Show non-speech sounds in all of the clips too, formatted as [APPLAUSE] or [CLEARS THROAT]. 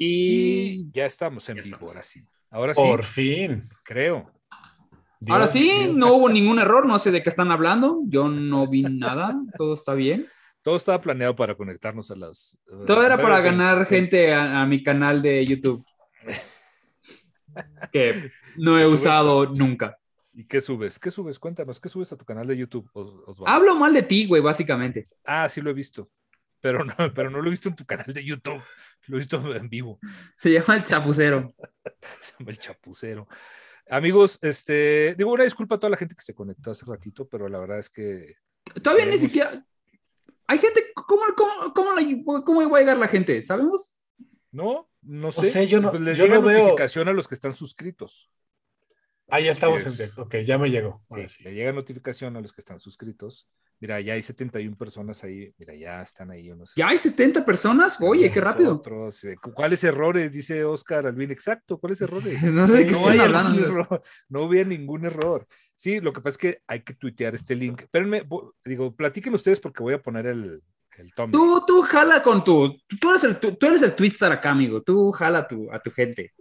Y, ya estamos en vivo, ahora sí. Ahora sí, Por fin. creo. Dios Ahora sí, mío. no hubo ningún error, no sé de qué están hablando, yo no vi nada, todo está bien. Todo estaba planeado para conectarnos a las... eh, Todo era para nueve, ganar veinte. gente a, a mi canal de YouTube. Que no he usado nunca. ¿Y qué subes? ¿Qué subes? Cuéntanos, ¿qué subes a tu canal de YouTube, Os- Osvaldo? Hablo mal de ti, güey, básicamente. Ah, sí lo he visto. Pero no, [LAUGHS] pero no lo he visto en tu canal de YouTube. Lo he visto en vivo. [LAUGHS] Se llama el chapucero. Se llama El chapucero. Amigos, este, digo una disculpa a toda la gente que se conectó hace ratito, pero la verdad es que Todavía ni Queremos- siquiera. Hay gente. ¿Cómo, cómo, cómo, la- cómo va a llegar la gente? ¿Sabemos? no, no sé. sea, yo no- Pues les yo llega no veo- notificación a los que están suscritos. Ah, ya estamos en Yes. directo. Ok, ya me llegó. Sí, Ahora sí. Le llega notificación a los que están suscritos. Mira, ya hay 71 personas ahí. Mira, ya están ahí unos. Ya hay 70 personas. Oye, Pues, qué rápido. Nosotros, eh, cu- ¿Cuáles errores? Dice Oscar Alvin. Exacto, [LAUGHS] ¿cuáles errores? No sé de qué no, están había hablando. error, no había ningún error. Sí, lo que pasa es que hay que tuitear este link. Espérenme, vo- digo, platiquen ustedes porque voy a poner el, el thumbnail. Tú, tú jala con tu. Tú eres el, tú, tú eres el Twitter acá, amigo. Tú jala tu, a tu gente.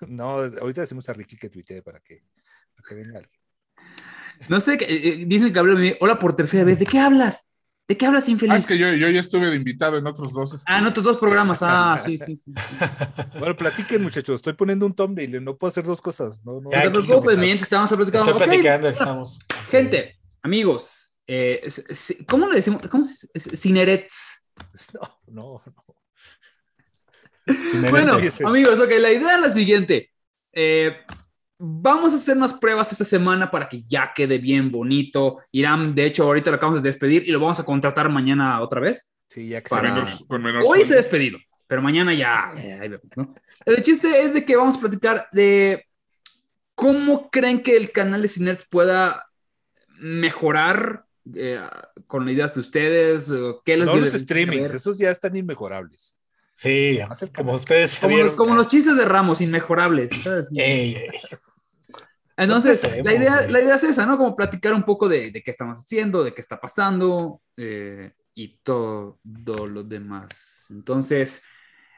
No, ahorita decimos a Ricky que tuitee para que, para que venga alguien. No sé, que- eh, eh, dicen que hablo de mí. Hola por tercera vez. ¿De qué hablas? ¿De qué hablas, Ah, infeliz? es que yo, yo ya estuve de invitado en otros dos. este, Ah, en otros dos programas. Ah, sí, sí, sí. Bueno, platiquen, muchachos. Estoy poniendo un thumbnail. No puedo hacer dos cosas. No, no. Ya, No te aquí preocupes, mientras estábamos platicando. Estoy Ok, platicando, estamos. gente, amigos, eh, s- s- ¿cómo le decimos? ¿Cómo se es- Cinerets. [LAUGHS] No, no, no. Sin Bueno, eventos. sí. [LAUGHS] amigos, ok, la idea es la siguiente. Eh, vamos a hacer unas pruebas esta semana para que ya quede bien bonito. Irán, de hecho, ahorita lo acabamos de despedir y lo vamos a contratar mañana otra vez. Sí, ya que con se para- venga. menos- con menos Hoy se ha sueldo. despedido, pero mañana ya. eh, ahí vemos, ¿no? El chiste es de que vamos a platicar de cómo creen que el canal de Cinerts pueda mejorar eh, con ideas de ustedes. eh, ¿Qué les No los debería streamings, ver. esos ya están inmejorables. Sí, Haz el como canal. ustedes Como, vieron. como los chistes de Ramos, inmejorables. ¿sabes? Eh, Ey, ey. Entonces, no empecemos, la, idea, güey. la idea es esa, ¿no? Como platicar un poco de, de qué estamos haciendo, de qué está pasando eh, y todo, lo demás. Entonces,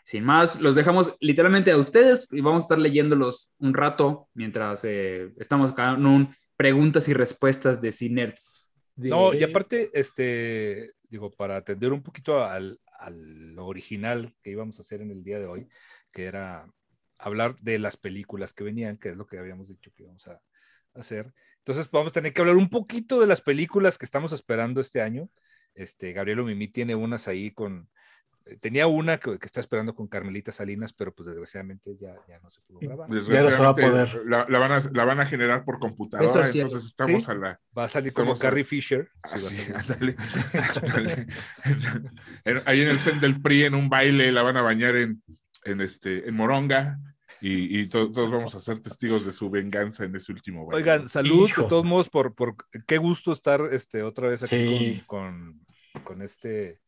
sin más, los dejamos literalmente a ustedes y vamos a estar leyéndolos un rato mientras eh, estamos acá en un preguntas y respuestas de Cinerts. De- No, Sí. y aparte, este, digo, para atender un poquito al, al original que íbamos a hacer en el día de hoy, que era hablar de las películas que venían, que es lo que habíamos dicho que íbamos a hacer. Entonces, vamos a tener que hablar un poquito de las películas que estamos esperando este año. Este, Gabriel Mimi tiene unas ahí con. eh, Tenía una que, que está esperando con Carmelita Salinas, pero pues desgraciadamente ya, ya no se pudo grabar. se va a poder. Desgraciadamente, La, la van a, la van a generar por Eso computadora, es cierto. entonces estamos Sí. a la. Va a salir como Estamos a- Carrie Fisher. sí, va a así, salir. ándale, [LAUGHS] ándale. En- Ahí en el set del PRI, en un baile, la van a bañar en, en, este, en Moronga y, y to- todos vamos a ser testigos de su venganza en ese último baile. Oigan, salud Hijo. de todos modos por, por qué gusto estar este otra vez aquí Sí. con, con, con este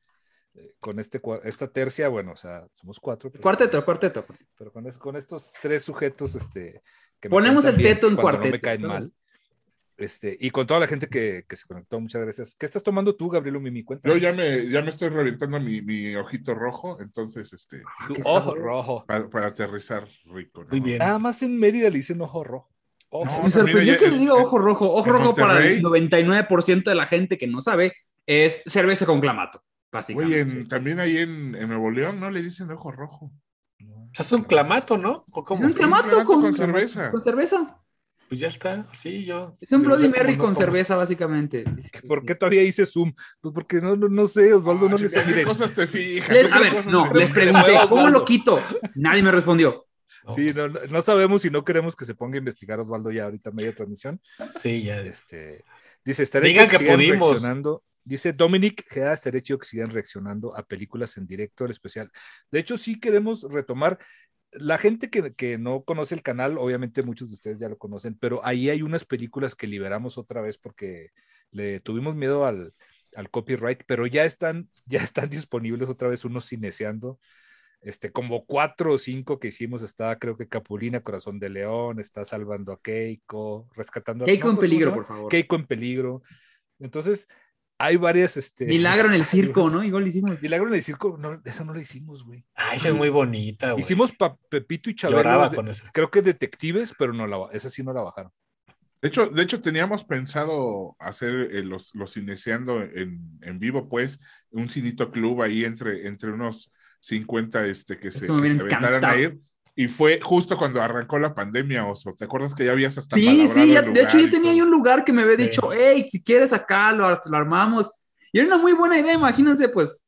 eh, con este cua- esta tercia, bueno, o sea, somos cuatro. pero- Cuarteto, cuarteto. Pero con, es- con estos tres sujetos, este, que me Ponemos caen tan el teto en cuando No me cuarteto, caen claro. mal. Este, y con toda la gente que, que se conectó, muchas gracias. ¿Qué estás tomando tú, Gabriel Mimi? Cuéntame. Yo ya me, ya me estoy reventando mi, mi ojito rojo, entonces este, Tu Ah, qué ojo sabroso. rojo. para, para aterrizar rico. ¿no? Muy bien. Nada más en Mérida le dicen ojo rojo. Ojo. No, Me sorprendió también que hay- le diga ojo rojo. Ojo en rojo para el Monterrey. 99% de la gente que no sabe es cerveza con clamato, básicamente. Oye, en- también ahí en, en Nuevo León no le dicen ojo rojo. O sea, es un clamato, ¿no? ¿O cómo? Es un clamato, clamato con, con cerveza. Con cerveza. Pues ya está, sí, yo. Es un yo Bloody ya como Mary no con como- cerveza, básicamente. ¿Por qué todavía hice Zoom? Pues porque no, no, no sé, Osvaldo, no Ah, le sé. chica, ¿Qué Miren, cosas te fijas? Les- ¿Qué a ver, cosas no, te- les Le pregunté, muevo, ¿cómo Osvaldo. lo quito? Nadie me respondió. No. Sí, no, no- no sabemos si no queremos que se ponga a investigar Osvaldo ya ahorita media transmisión. Sí, ya. Este, dice, estaré Digan que sigan pudimos. reaccionando. Dice Dominic que estaré chido que sigan reaccionando a películas en directo al especial. De hecho, sí queremos retomar. La gente que, que no conoce el canal, obviamente muchos de ustedes ya lo conocen, pero ahí hay unas películas que liberamos otra vez porque le tuvimos miedo al, al copyright, pero ya están, [LAUGHS] ya están disponibles otra vez unos cineseando. Este, como cuatro o cinco que hicimos, está creo que Capulina, Corazón de León, está salvando a Keiko, rescatando a Keiko no, en pues, ¿cómo se peligro, llama? por favor. Keiko en peligro. Entonces, Hay varias. Este, Milagro en [LAUGHS] el circo, ¿no? Igual lo hicimos. Milagro en el circo, no, esa no la hicimos, güey. Ay, esa es muy bonita, Ah, güey. Hicimos pa- Pepito y Chabelo. Lloraba de- con eso. Creo que detectives, pero no la, esa sí no la bajaron. De hecho, de hecho teníamos pensado hacer eh, los, los cineseando en, en vivo, pues, un cinito club ahí entre, entre unos 50 este, que se, Eso me que se hubiera aventaran encantado. a ir. Y fue justo cuando arrancó la pandemia, Oso. ¿Te acuerdas que ya habías hasta Sí, apalabrado sí, ya- el de hecho yo lugar y tenía ahí todo? un lugar que me había Sí. dicho, hey, si quieres acá lo, ar- lo armamos. Y era una muy buena idea, imagínense, pues,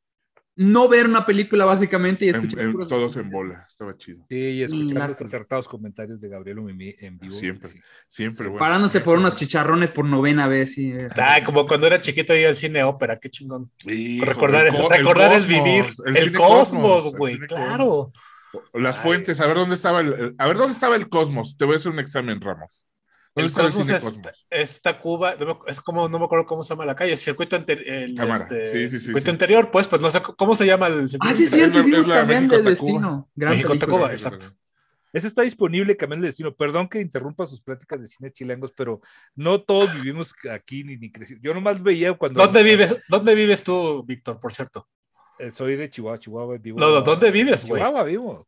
no ver una película básicamente y En- escuchar en- puros- todos en bola. Estaba chido. Sí, y escuchar los Lástima. acertados comentarios de Gabriel Umimi en vivo. Siempre. sí. Siempre, bueno. Parándose por unos chicharrones por novena vez. sí. Ah, Ay, Ah, como cuando era chiquito iba al cine ópera, qué chingón. Hijo, recordar el es, co- el recordar es cosmos, vivir. El, cine cosmos, el güey, cine cosmos. claro. Las Ay. fuentes, a ver dónde estaba el, el- a ver dónde estaba el cosmos. Te voy a hacer un examen, Ramos. El ¿Dónde estaba el cosmos cine es, cosmos? es Tacuba, no me- es como, no me acuerdo cómo se llama la calle, el circuito, anter- el, Cámara, este, sí, sí, sí, circuito sí. interior, pues, pues no sé c- cómo se llama el circuito. Ah, sí, es interior? cierto, Es la- hicimos es la también México del Tacuba. destino. Gran México película. Tacuba, exacto. Ese está disponible, Camino de Destino. Perdón que interrumpa sus pláticas de cine chilangos, pero no todos vivimos aquí ni, ni crecimos. Yo nomás veía cuando. ¿Dónde vives, ¿Dónde vives tú, Víctor, por cierto? Eh, Soy de Chihuahua, Chihuahua vivo. No, no, ¿dónde vives, güey? [LAUGHS] Chihuahua vivo.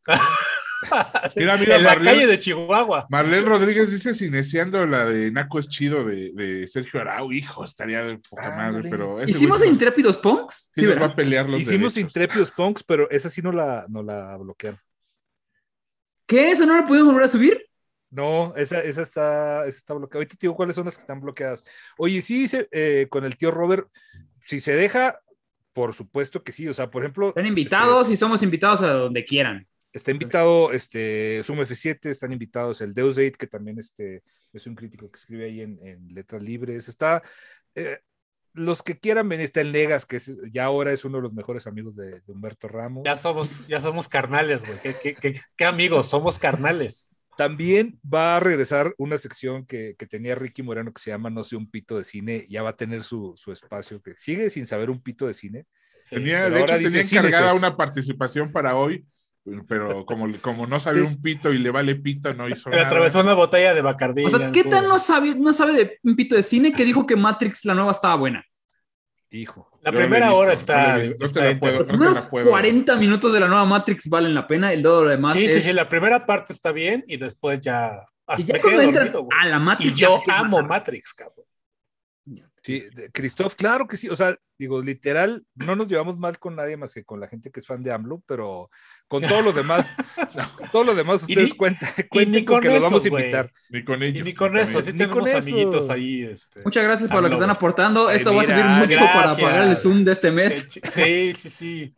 Mira, mira, en la Marlene. calle de Chihuahua. Marlene Rodríguez dice cineseando la de Naco es chido de, de Sergio Arau, hijo, estaría de poca Ándale. madre, pero ese ¿Hicimos güey sí- Intrépidos Punks? Sí, sí nos va ¿verdad? a pelear los Hicimos derechos. Intrépidos Punks, pero esa sí no la, no la bloquearon. ¿Qué? ¿Eso no lo pudimos volver a subir? No, esa, esa está, esa está bloqueada. Ahorita te digo cuáles son las que están bloqueadas. Oye, sí, dice, eh, con el tío Robert, si se deja, por supuesto que sí. O sea, por ejemplo, Están invitados y somos invitados a donde quieran. Está invitado este, Zoom F7, están invitados el Deus Eid, que también este, es un crítico que escribe ahí en, en Letras Libres. Está, eh, los que quieran venir, está el Negas, que es- ya ahora es uno de los mejores amigos de, de Humberto Ramos. Ya somos, ya somos carnales, güey. ¿Qué, qué- qué- qué amigos? Somos carnales. También va a regresar una sección que, que tenía Ricky Moreno que se llama No sé un pito de cine, ya va a tener su, su espacio, que sigue sin saber un pito de cine. Sí. Tenía, pero de hecho, ahora tenía dice encargada Cineses. una participación para hoy, pero como, como no sabe un pito y le vale pito, no hizo Pero nada. atravesó una botella de Bacardí. O sea, ¿qué tal no sabe, no sabe de un pito de cine que dijo que Matrix la nueva estaba buena? Hijo. La Yo no la he primera visto, hora no la está. he visto, no está te la intensa. puedo- Los Creo que la primeros puedo. 40 minutos de la nueva Matrix valen la pena, el todo lo demás Sí, sí, es- sí, la primera parte está bien y después ya. Y hasta ya me cuando quedé entran dormido, güey. a la Matrix... y yo ya te- amo Matrix, cabrón. Sí, de- Christoph, claro que sí. O sea, digo, literal, no nos llevamos mal con nadie más que con la gente que es fan de AMLO, pero con todos los [LAUGHS] demás, con todos los demás, Y ustedes ni- cuentan, cuenten ni con, con que los vamos a esos, güey. invitar. Ni con Y ellos. ni con eso, ellos. sí Ni con tenemos eso. amiguitos ahí. Este. Muchas gracias por lo que Hablo, están güey. aportando. Ay, Esto va a servir Pues mira, mucho para gracias. pagar el Zoom de este mes. Sí, sí, sí.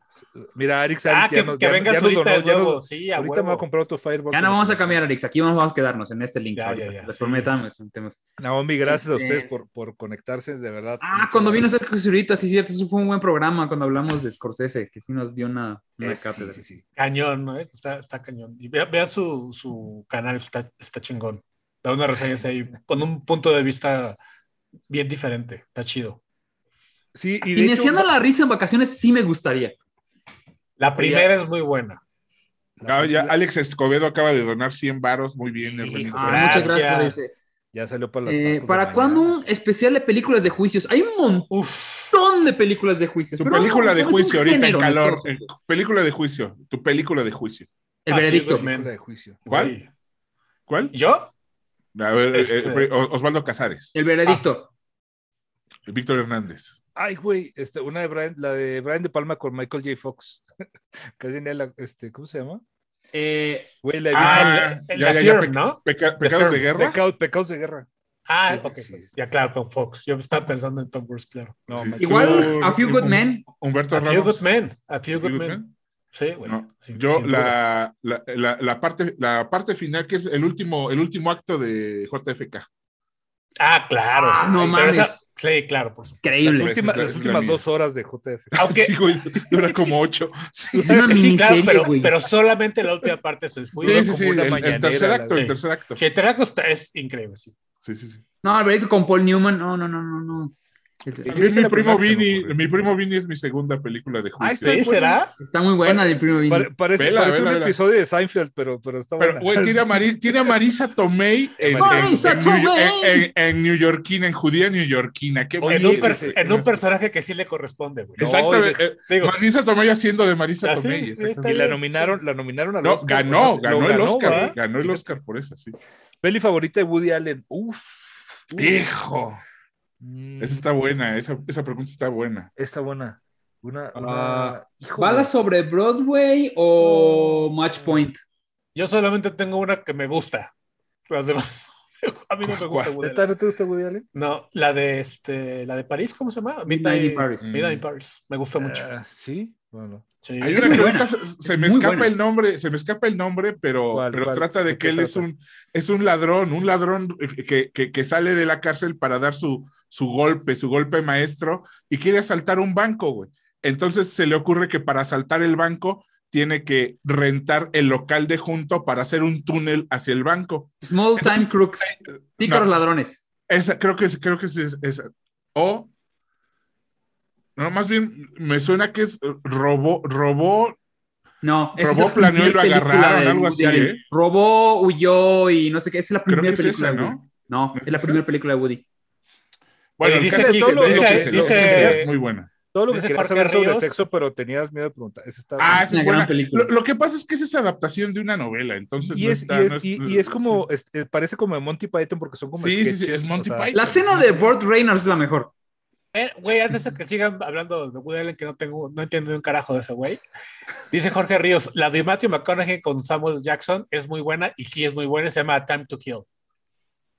Mira, Arix, Arix Ah, ya que, nos- que ya- vengas ya nos ahorita donó, de ya nos- nuevo. Sí, a ahorita me voy a huevo. comprar otro Fireball. Ya no vamos a cambiar, Arix. Aquí vamos a quedarnos en este link. Ya, ahorita. ya, ya, Les sí. prometamos. son temas. Naomi, gracias a Este- ustedes por, por conectarse, de verdad. Ah, Muchas cuando vino gracias. Sergio Zurita, sí, cierto. Eso fue un buen programa cuando hablamos de Scorsese, que sí nos dio una, una Eh, sí, cátedra. sí, sí. Cañón, ¿no? Está, está cañón. Y vea, vea su, su canal, está, está chingón. Da unas reseñas ahí con un punto de vista bien diferente. Está chido. Sí, y de hecho, Iniciando la risa en vacaciones, sí me gustaría. La primera es muy buena. Ah, ya, Alex Escobedo acaba de donar 100 varos, muy bien, hermanito. Ah, muchas gracias. gracias. dice. ya salió para las Eh, tacos de ¿Para mañana. cuándo un especial de películas de juicios? Hay un montón Uf. de películas de juicios. Tu pero película no, de no es un juicio ahorita en género, calor. nuestro. eh, Película de juicio. Tu película de juicio. El Aquí, veredicto. güey, Película de juicio. ¿Cuál? Uy. ¿Cuál? ¿Yo? A ver, eh, Este- eh, Osvaldo Casares. El veredicto. Víctor Hernández. Ay, güey, este, una de Brian, la de Brian De Palma con Michael J. Fox. [LAUGHS] Casi ni la, este, ¿cómo se llama? Eh, Güey, la Ah, Ah, el- ya, la ya, ya, Firm, pe- ¿no? Peca- ¿Pecados de Firm. guerra? Pecado- pecados de guerra. Ah, Sí, sí, ok. sí. pues, Ya, claro, con Fox. Yo estaba pensando en Tom Cruise, claro. No, Sí. man. Ah, igual Tú, a Few Ricky, Good un- Men. Humberto A Few Ramos. Good Men. A Few ¿Few Good Good Men. Men? Sí, güey. No, Sin- Yo, sin duda. la, la, la, la parte, la parte final, que es el último, el último acto de JFK. Ah, claro. Ah, no Pero mames. esa- Sí, claro, [LAUGHS] por supuesto. Las Increíble. Esa es últimas, la- las esa es la últimas mía. dos horas de JF. Aunque, Sí, güey, dura [LAUGHS] como ocho. Sí, Es una sí, claro, miniserie, pero, güey. pero solamente la última parte es el sí, juicio. sí, como sí, una el, el mañanera, tercer la acto, el de- tercer acto. Que Teracos está- es increíble, sí. Sí, sí, sí. No, el veredicto con Paul Newman. No, no, no, no, no. También mi la primera primo que se me Vini, ocurrió. mi primo Vini es mi segunda película de Ah, juicio. está ¿Sí? buena. ¿Será? Está muy buena de Primo Vini. Pare- parece Vela, parece vela, un vela. episodio de Seinfeld, pero, pero está Pero, buena. güey, tiene a, Mari- tiene a Marisa Tomei en, en- Marisa en New- Tomei. en- en- en newyorkina, en judía newyorkina. Qué Oye, en, bonito. un per- sí, en un personaje que sí le corresponde, güey. No, Exactamente. eh, Digo, Marisa Tomei haciendo de Marisa Así, Tomei. exactamente. Ah, está y la bien. nominaron, la nominaron al No, Oscar, ganó, lo ganó, el Oscar. ¿verdad? Ganó el Oscar por eso, sí. Peli favorita de Woody Allen. Uf. Uf. Hijo. Mm, Esa está buena, esa, esa pregunta está buena. Está buena. Una, una... Ah, hijo, ¿Bala güey. sobre Broadway o Match Point? yo solamente tengo una que me gusta. Las demás. [LAUGHS] A mí no me gusta, ¿Cuál? güey. ¿Neta no te gusta Woody Allen? No, la de este, la de París, ¿cómo se llama? Midnight in Paris. Midnight in Paris. Me gusta mucho. Ah, sí, bueno. Sí. Hay una que ahorita se, se me Muy escapa buena. el nombre, se me escapa el nombre, pero, ¿Cuál, pero cuál? trata de ¿De que qué él es trata? un, es un ladrón, un ladrón que, que- que sale de la cárcel para dar su, su golpe, su golpe maestro, y quiere asaltar un banco, güey. Entonces se le ocurre que para asaltar el banco tiene que rentar el local de junto para hacer un túnel hacia el banco. Small Time Entonces, eh, Crooks. Pícaros no. ladrones. Esa, creo que es, creo que es es- esa. O. No, más bien me suena que es eh, robó, robó. No, esa es Robó, la planeó y primera lo película agarraron, de algo Woody así, Allen. ¿eh? Robó, huyó y no sé qué. Esa es la Creo primera que es película. esa, de Woody. ¿no? No, ¿No es es la esa? Ah, primera película de Woody. Oye, el dice caso es aquí- que- lo dice- que se- lo que dice- se- es muy buena. Todo lo que Dice querías Jorge saber sobre Ríos. sexo, pero tenías miedo de preguntar. Esa está Ah, buena. es una gran buena. película. Lo, lo que pasa es que es esa adaptación de una novela, entonces Y no es, está- y es, no es- y- y es como, es- eh, parece como de Monty Python porque son como Sí, sí, sí, sketches. es Monty o sea, Python. La escena de Burt Reynolds es la mejor. Eh, Güey, antes de que sigan hablando de Woody Allen, que no tengo, no entiendo ni un carajo de ese güey. Dice Jorge Ríos, la de Matthew McConaughey con Samuel Jackson es muy buena y sí es muy buena, se llama Time to Kill.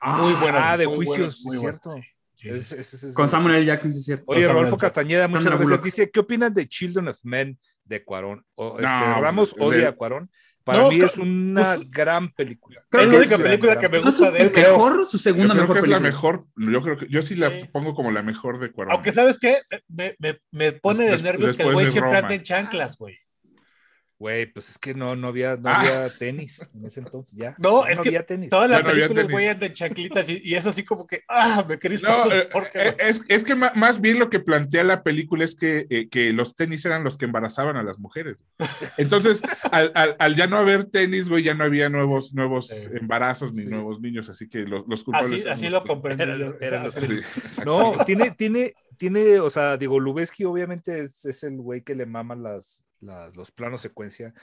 Muy buena. ah, de muy buena, juicios, muy sí, buena, cierto. sí, sí, sí, es- sí. es- es- es- Con Samuel L. Jackson, sí es cierto. Oye, Con Samuel Rodolfo Jackson. Castañeda, muchas Sandra gracias. Bullock. Dice, ¿qué opinan de Children of Men de Cuarón? O, este, No, Ramos pues, odia le- a Cuarón. Para No, mí ca- es una pues- gran película. Creo es que la es única la película gran- que me ¿No es gusta su de él, creo. mejor? ¿Su Yo segunda creo mejor que es película? la mejor, yo creo que yo sí la Sí. pongo como la mejor de Cuarón. Aunque sabes qué, me, me- me pone de Des- nervios que el después güey de siempre Roma. anda en chanclas, güey. Güey, pues es que no, no había, no Ah. había tenis en ese entonces, ya. No, es que había tenis. Toda la Bueno, ya película el entendí. güey anda en chanclitas y, y es así como que, ah, me querés No, tantos eh, porcas. eh, es, es que ma- más bien lo que plantea la película es que, eh, que los tenis eran los que embarazaban a las mujeres. Entonces, [LAUGHS] al, al- al ya no haber tenis, güey, ya no había nuevos, nuevos Sí. embarazos ni Sí. nuevos niños, así que los, los culpables. Así, eran así lo los comprendí. Era- yo, o sea, era lo- así- Sí, [LAUGHS] exacto. No, tiene, tiene, tiene, o sea, digo, Lubeski obviamente es, es el güey que le maman las, las- los planos secuencia.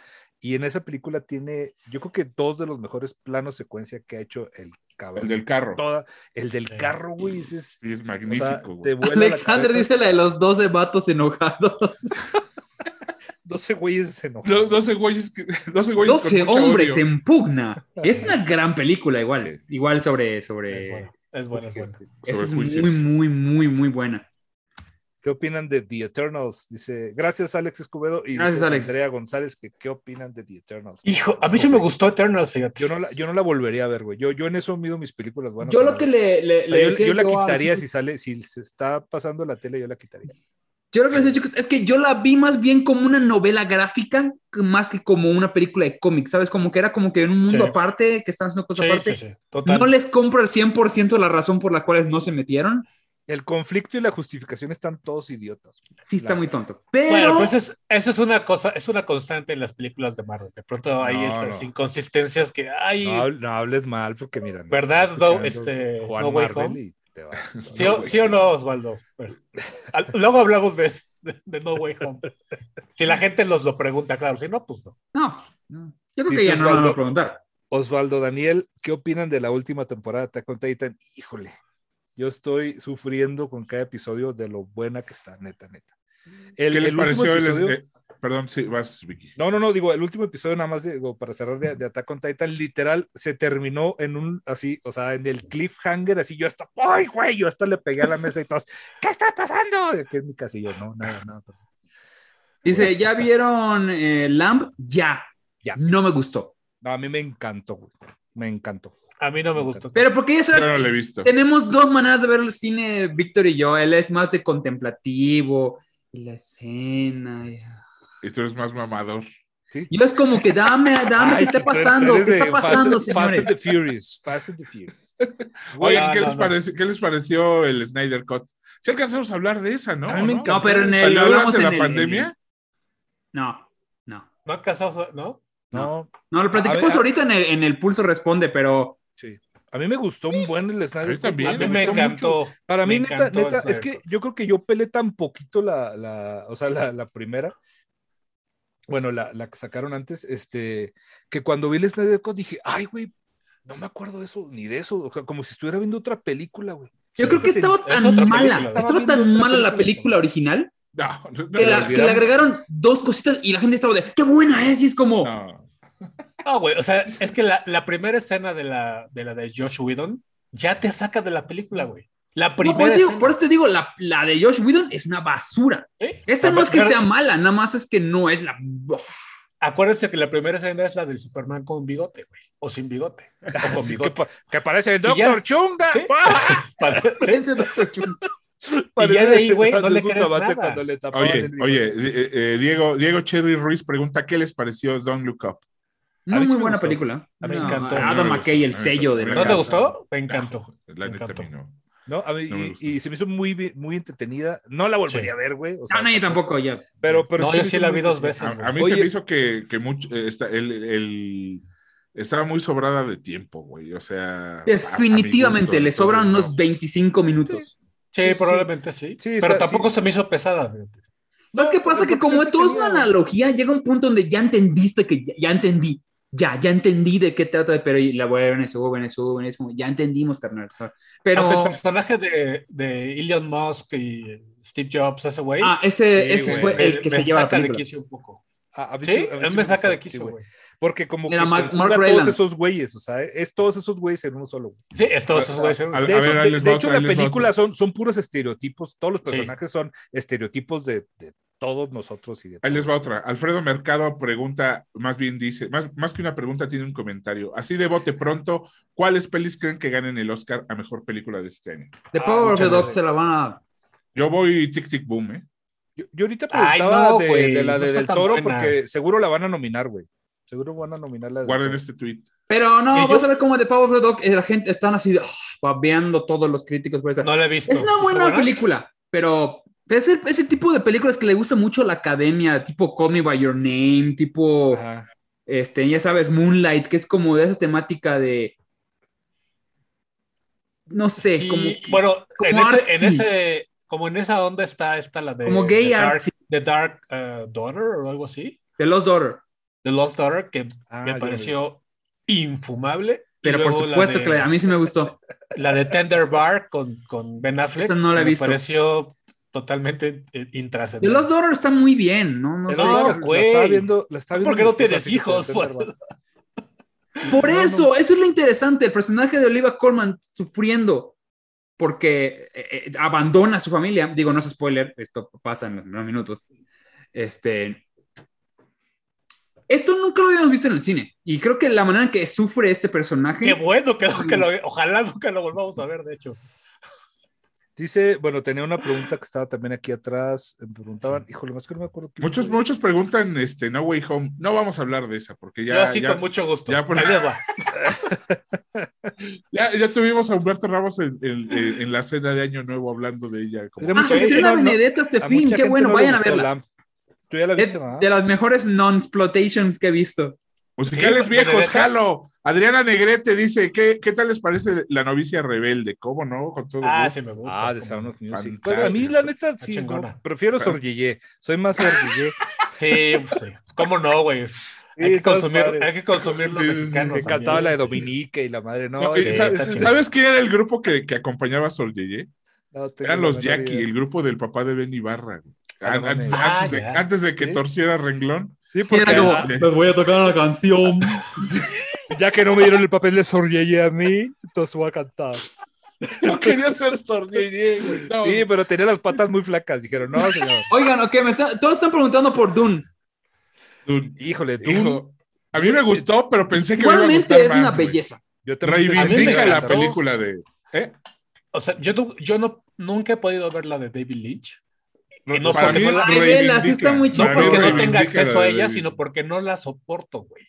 Y en esa película tiene, yo creo que dos de los mejores planos secuencia que ha hecho el cabrón. El del carro. Toda, el del Sí. carro, güey, ese es, Sí, es o sea, magnífico, te güey. vuela la Alexander cabeza. dice la de los 12 vatos enojados. 12 güeyes se enojan. Do- 12 güeyes, que- [LAUGHS] 12 güeyes con 12 mucho hombres odio. en [LAUGHS] pugna. Es una gran película, igual. Igual sobre. es sobre... bueno, es bueno, es bueno. Esa Sobre es juicios. muy, muy, muy, muy buena. ¿Qué opinan de The Eternals? Dice, gracias Alex Escobedo y Gracias, dice Alex. Andrea González, que qué opinan de The Eternals. Hijo, a mí sí me gustó Eternals, fíjate. Yo no la, yo no la volvería a ver, güey. Yo, yo en eso mido mis películas buenas. Yo o lo malas. que le. le- O sea, le yo, decía yo la a- quitaría si sale, si se está pasando la tele, yo la quitaría. Yo lo que les decía, chicos, es que yo la vi más bien como una novela gráfica que- más que como una película de cómic, ¿sabes? Como que era como que en un mundo Sí. aparte, que estaban haciendo cosas sí, aparte. sí, sí, total. No les compro el 100% la razón por la cual no se metieron. El conflicto y la justificación están todos idiotas. Sí está Claro. muy tonto. Pero Bueno, pues es, eso es una cosa, es una constante en las películas de Marvel. De pronto hay No, esas no. inconsistencias que hay, No, hab- no hables mal porque mira. nos ¿verdad? está No, escuchando este, Juan no Way Marvel Home. y te va. [LAUGHS] ¿Sí, No o, Way sí o no, Osvaldo? Bueno, al- luego hablamos de, de- de No Way Home. Si la gente nos lo pregunta, claro. Si no, pues no. no, no. Yo creo que Dice ya no lo van a Osvaldo. preguntar. Osvaldo Daniel, ¿qué opinan de la última temporada de Attack on Titan? Híjole, yo estoy sufriendo con cada episodio de lo buena que está, neta, neta. El, ¿Qué les el último pareció? el- episodio- eh, perdón, sí, vas, Vicky. No, no, no, digo, el último episodio nada más, digo, para cerrar de, de Attack on Titan, literal, se terminó en un, así, o sea, en el cliffhanger, así, yo hasta, ¡ay, güey! Yo hasta le pegué a la mesa y todos, ¿qué está pasando? Y Aquí en mi casillo, no, nada, nada. pues, Dice, ¿ya vieron eh, Lamp? Ya. Ya. No me gustó. No, a mí me encantó, güey, me encantó. A mí no me gustó. Pero porque ya Yo sabes, no lo he visto. tenemos dos maneras de ver el cine, Víctor y yo. Él es más de contemplativo. Y la escena. y- Y tú eres más mamador. Sí. Yo es como que dame, dame, Ah, ¿qué [LAUGHS] Ay, está tú eres- pasando? tú ¿Qué eres de está pasando, Fast, Fast and señores? the Furious. Fast and the Furious. Oigan, No, ¿qué, no, les no. parece- ¿qué les pareció el Snyder Cut? Si alcanzamos a hablar de esa, ¿no? A mí me ¿No? encanta. No, pero en el... ¿Cuando lo hablamos hablamos de en la el- pandemia? No, no. No alcanzamos, ¿no? No, No, lo A platicamos ver, a- ahorita en el, en el Pulso Responde, pero a mí me gustó un buen el Snyder. A mí Cut, también, A mí me me gustó encantó. Para mí, Me neta, encantó el neta, es Snyder que Cut. yo creo que yo pelé tan poquito la, la o sea, la, la primera, bueno, la, la que sacaron antes, este, que cuando vi el Snyder Cut dije, ay, güey, no me acuerdo de eso, ni de eso, o sea, como si estuviera viendo otra película, güey. yo creo que sí, estaba es tan otra mala, película. estaba tan Estaba viendo otra mala la película. película original No, no, no, que, la- la que le olvidamos. agregaron dos cositas y la gente estaba de, qué buena es, y es como, no. No, güey, o sea, es que la, la primera escena de la, de la de Josh Whedon ya te saca de la película, güey. La No, primera por, eso digo- escena. por eso te digo, la, la de Josh Whedon es una basura. ¿Eh? Esta no es que Pero- sea mala, nada más es que no es la... Acuérdense que la primera escena es la del Superman con bigote, güey. O sin bigote. O [LAUGHS] con Así que, bigote. pa- que parece el Y ya. Doctor Chunga. [LAUGHS] Sí. Para- sí, Ese Dr. Chun. Y ya de ahí, güey, no le Algún crees debate nada. cuando le tapaban Oye, el- oye, eh, eh, Diego, Diego Cherry Ruiz pregunta, ¿qué les pareció Don't Look Up? No, A mí sí muy me buena gustó. película. A mí me No, encantó. No Adam me McKay, el gustó. sello de... Me ¿No te encantó. gustó? Me encantó. La Me neta, encantó. a mí no. ¿no? A mí- No me y, gustó. y se me hizo muy, bi- muy entretenida. No la volvería a Sí. ver, güey. o sea, No, no, yo tampoco, ya. Pero, pero No, se yo me sí hizo la muy vi dos entretenida. veces. güey. A, a mí se Oye. me hizo que, que mucho, eh, está- el, el- estaba muy sobrada de tiempo, güey. O sea, a- a mi Definitivamente, gusto, le entonces, sobran no. unos 25 minutos. Sí, Sí, sí. probablemente sí. Sí, pero o sea, tampoco sí. se me hizo pesada. fíjate. ¿Sabes qué pasa? Que porque como se todo es una entretenía, güey. analogía, llega un punto donde ya entendiste que ya, ya entendí. Ya, ya entendí de qué trata, pero y la vuelven y suben y suben, es como, ya entendimos, carnal. o sea, Pero, Aunque El personaje de, de Elon Musk y Steve Jobs, ese güey. ah, ese, Sí, ese güey. fue el me- que me se lleva la saca de película. quicio un poco. Ah, A- a mí Sí, a mí él sí me saca gustó, de sí, quicio, güey. güey. Porque como Era que Mark- conjuga Mark todos Rylance. esos güeyes, o sea, es todos esos güeyes en uno solo. Sí, es todos esos O güeyes. sea, A- De, a Sí, ver, esos- ahí de- les de va hecho, la otra, ahí les va película otra. son, son puros estereotipos. Todos los Sí. personajes son estereotipos de, de todos nosotros y de Ahí les va otra. Alfredo Mercado pregunta, más bien dice, más, más que una pregunta, tiene un comentario. Así de bote pronto, ¿cuáles pelis creen que ganen el Oscar a mejor película de este año? The Ah, Power of mucha the Dog madre. se la van a Yo voy tic tic boom, ¿eh? Yo, yo ahorita Ay, preguntaba no, de, güey, de la no de está Del tan Toro buena. porque seguro la van a nominar, güey. Seguro van a nominar la de Guarden este tweet. Pero no, Y yo- vas a ver cómo de Power of the Dog eh, la gente están así ah, babeando todos los críticos por esa. No la he visto. es una ¿Está buena película, pero es el- ese tipo de películas que le gusta mucho a la academia, tipo Call Me By Your Name, tipo, Ajá. este, ya sabes, Moonlight, que es como de esa temática de... No sé, Sí, como, que- bueno, como en ese, en artsy. ese, como en esa onda está esta la de como gay The Dark, artsy, The Dark eh, Daughter o algo así, de Lost Daughter. The Lost Daughter que Ah, yo me no la pareció infumable. Y Pero por luego la supuesto de- que la- a mí sí me gustó. la de Tender Bar con, con Ben Affleck Esta no la he me visto. pareció totalmente eh, The intrascendente. Lost Daughter está muy bien, ¿no? No vi. sé. No, la- la güey. estaba viendo- la estaba ¿Tú viendo por qué no mi esposa, tienes así que hijos, se enferma. pues? Por No, no. eso, eso es lo interesante, el personaje de Oliva Colman sufriendo porque eh, eh, abandona a su familia, digo, no es spoiler, esto pasa en los primeros minutos. Este esto nunca lo habíamos visto en el cine y creo que la manera en que sufre este personaje Qué bueno que, que lo, ojalá nunca lo volvamos a ver, de hecho. Dice, bueno, tenía una pregunta que estaba también aquí atrás. Me preguntaban, híjole, más que no me acuerdo. qué- Muchos, muchos preguntan, este, No Way Home. No vamos a hablar de esa, porque Yo ya, así ya, con mucho gusto. ya por- Ahí les [LAUGHS] va. ya, ya tuvimos a Humberto Ramos en, en- en- en la cena de Año Nuevo hablando de ella. como- Era Ah, mucha se gente, estrena no, no, Benedetta este a fin, mucha qué gente bueno, no le vayan a gustó verla. Lamp. Tú ya la Es viste, ¿verdad? de las mejores non-splotations que he visto. Musicales Sí, viejos, Benedetta. jalo. Adriana Negrete dice, ¿qué, ¿qué tal les parece la novicia rebelde? ¿Cómo no? Con todo Ah, gusto. sí me gusta. Ah, de como- Sound of Music. fantástico. Bueno, a mí, la neta, Está sí, no, chingona. prefiero Fan- Sorguillé. Soy [LAUGHS] más Sorguillé. Sí, pues, sí. ¿Cómo no, güey? Hay Sí, que está consumir, padre. hay que consumir lo Sí, sí, sí, eh, mexicano. Me encantaba también, la de sí. Dominica y la madre. No, No, sí, eh, sa- está sí, chido. ¿Sabes quién era el grupo que, que acompañaba a Sol Yeye? no tengo Eran los la menor Jackie, idea. el grupo del papá de Ben Ibarra. güey. Ah, no An- Antes, mames. Ah, antes de, ya. antes de que Sí. torciera renglón. Sí, Sí, porque era como, ah, les voy a tocar una canción. ya que no me dieron el papel de Sorguillé a mí, entonces voy a cantar. [LAUGHS] No quería ser Sol Yeye, güey. No. Sí, pero tenía las patas muy flacas. Dijeron, no, señor. Oigan, ok, me está- todos están preguntando por Dune. Dun- Híjole, tú. hijo, a mí me gustó, pero pensé que me iba a Igualmente gustar es una más, güey. belleza. Yo te Reivindica A mí me la encantó. película de... ¿eh? O sea, yo, no- yo no, nunca he podido ver la de David Lynch. Que no Para porque mí, no la- Ay, vela, sí reivindica. está muy No Para mí porque no reivindica tenga acceso la a de ella, David. sino porque no la soporto, güey.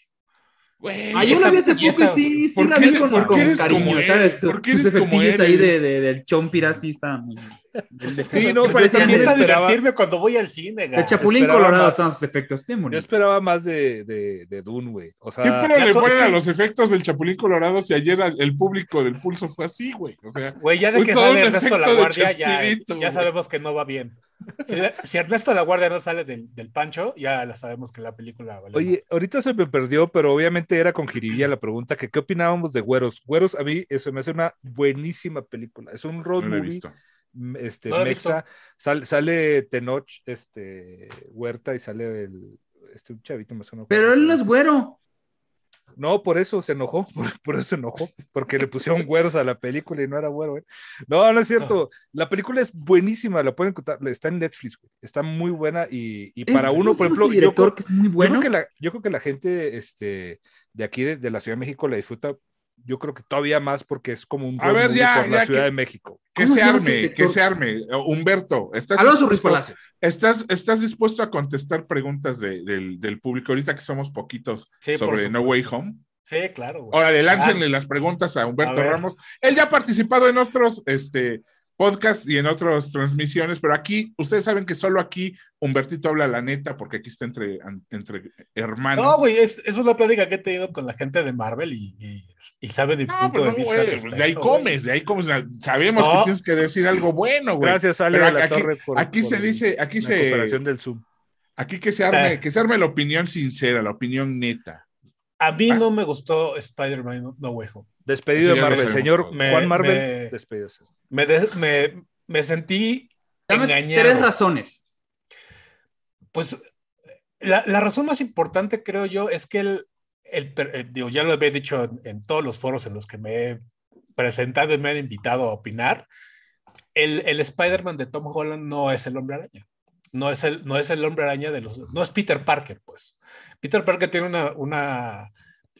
Güey, Ah, yo la esta- vi hace y poco y esta- sí, sí ¿por la qué vi eres- con, por qué con eres cariño, como eres? ¿sabes? ¿Por qué Sus eres como efectillos ahí de, eres? de- del chompira sí está muy... Sí, no, Pero pero esa Me también gusta esperaba, divertirme cuando voy al cine, güey. El Chapulín esperaba Colorado más. están sus efectos, bien yo bonito. esperaba más de, de, de Dune, güey. O sea, ¿Qué pero ya le con- ponen es a que- los efectos del Chapulín Colorado si ayer al- el público del pulso fue así, güey? O sea, Güey, ya de Uy, que todo sale un Ernesto La efecto de Guardia, ya, chespirito, ya güey. sabemos que no va bien. Si, si Ernesto La Guardia no sale del, del pancho, ya la sabemos que la película vale. Oye, ahorita se me perdió, pero obviamente era con jiribilla la pregunta que qué opinábamos de Güeros. Güeros a mí eso me hace una buenísima película. Es un road no lo he movie, visto. m- este No la he mexa. Sal- sale Tenoch, este Huerta y sale el este un chavito más o menos. Pero él no es güero. No, por eso se enojó, [LAUGHS] por, por eso se enojó, porque le pusieron güeros a la película y no era güero. güey. No, no es cierto. La película es buenísima, la pueden contar, está en Netflix, güey. está muy buena y, y para Es- uno, es por ese ejemplo, yo director creo- que es muy yo bueno. creo, que la, yo creo que la gente este, de aquí, de, de la Ciudad de México, la disfruta, yo creo que todavía más porque es como un A road ver, movie ya, por la ya Ciudad que- de México. Que ¿Cómo se se llama este arme, que director? se arme. Oh, Humberto, ¿estás Alonso Ruiz dispuesto- Palacio. ¿Estás, estás dispuesto a contestar preguntas de- del, del público ahorita que somos poquitos Sí, por sobre No Way Home? Sí, claro, güey. Órale, láncenle las preguntas a Humberto A ver. Ramos. Él ya ha participado en otros este, podcasts y en otras transmisiones, pero aquí, ustedes saben que solo aquí Humbertito habla la neta, porque aquí está entre, an- entre hermanos. No, güey, es, es una plática que he tenido con la gente de Marvel y, y, y sabe mi No, punto pero de no, vista. güey, al de ahí respecto, güey. comes, de ahí comes. Sabemos que No. tienes que decir algo bueno, güey. Gracias, Ale Pero de la aquí- Torre. Por, aquí por se dice- aquí la se- cooperación del Zoom. Aquí que se [LAUGHS] arme, Eh. que se arme la opinión sincera, la opinión neta. A mí Ah. no me gustó Spider-Man No- No Way Home. Despedido Eso de ya lo Marvel, sabemos señor todos. Me- Juan Marvel, me- despedido. Me, des- me, me sentí Dame engañado. tres razones. Pues la, la razón más importante, creo yo, es que el, el per- eh, digo, ya lo había dicho en, en todos los foros en los que me he presentado y me han invitado a opinar, el, el Spider-Man de Tom Holland no es el hombre araña. No es el, no es el hombre araña de los... No es Peter Parker, pues. Peter Parker tiene una, una,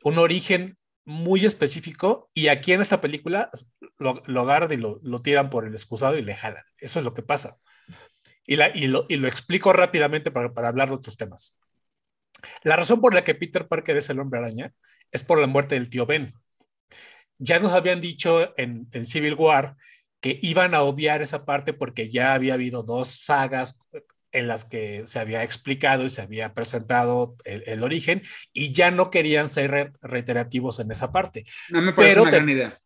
un origen muy específico y aquí en esta película lo, lo agarran y lo, lo tiran por el excusado y le jalan. Eso es lo que pasa. Y, la- y lo, y lo explico rápidamente para, para hablar de otros temas. La razón por la que Peter Parker es el hombre araña es por la muerte del tío Ben. Ya nos habían dicho en, en Civil War que iban a obviar esa parte porque ya había habido dos sagas en las que se había explicado y se había presentado el, el origen y ya no querían ser re- reiterativos en esa parte. No me parece Pero una te- gran idea.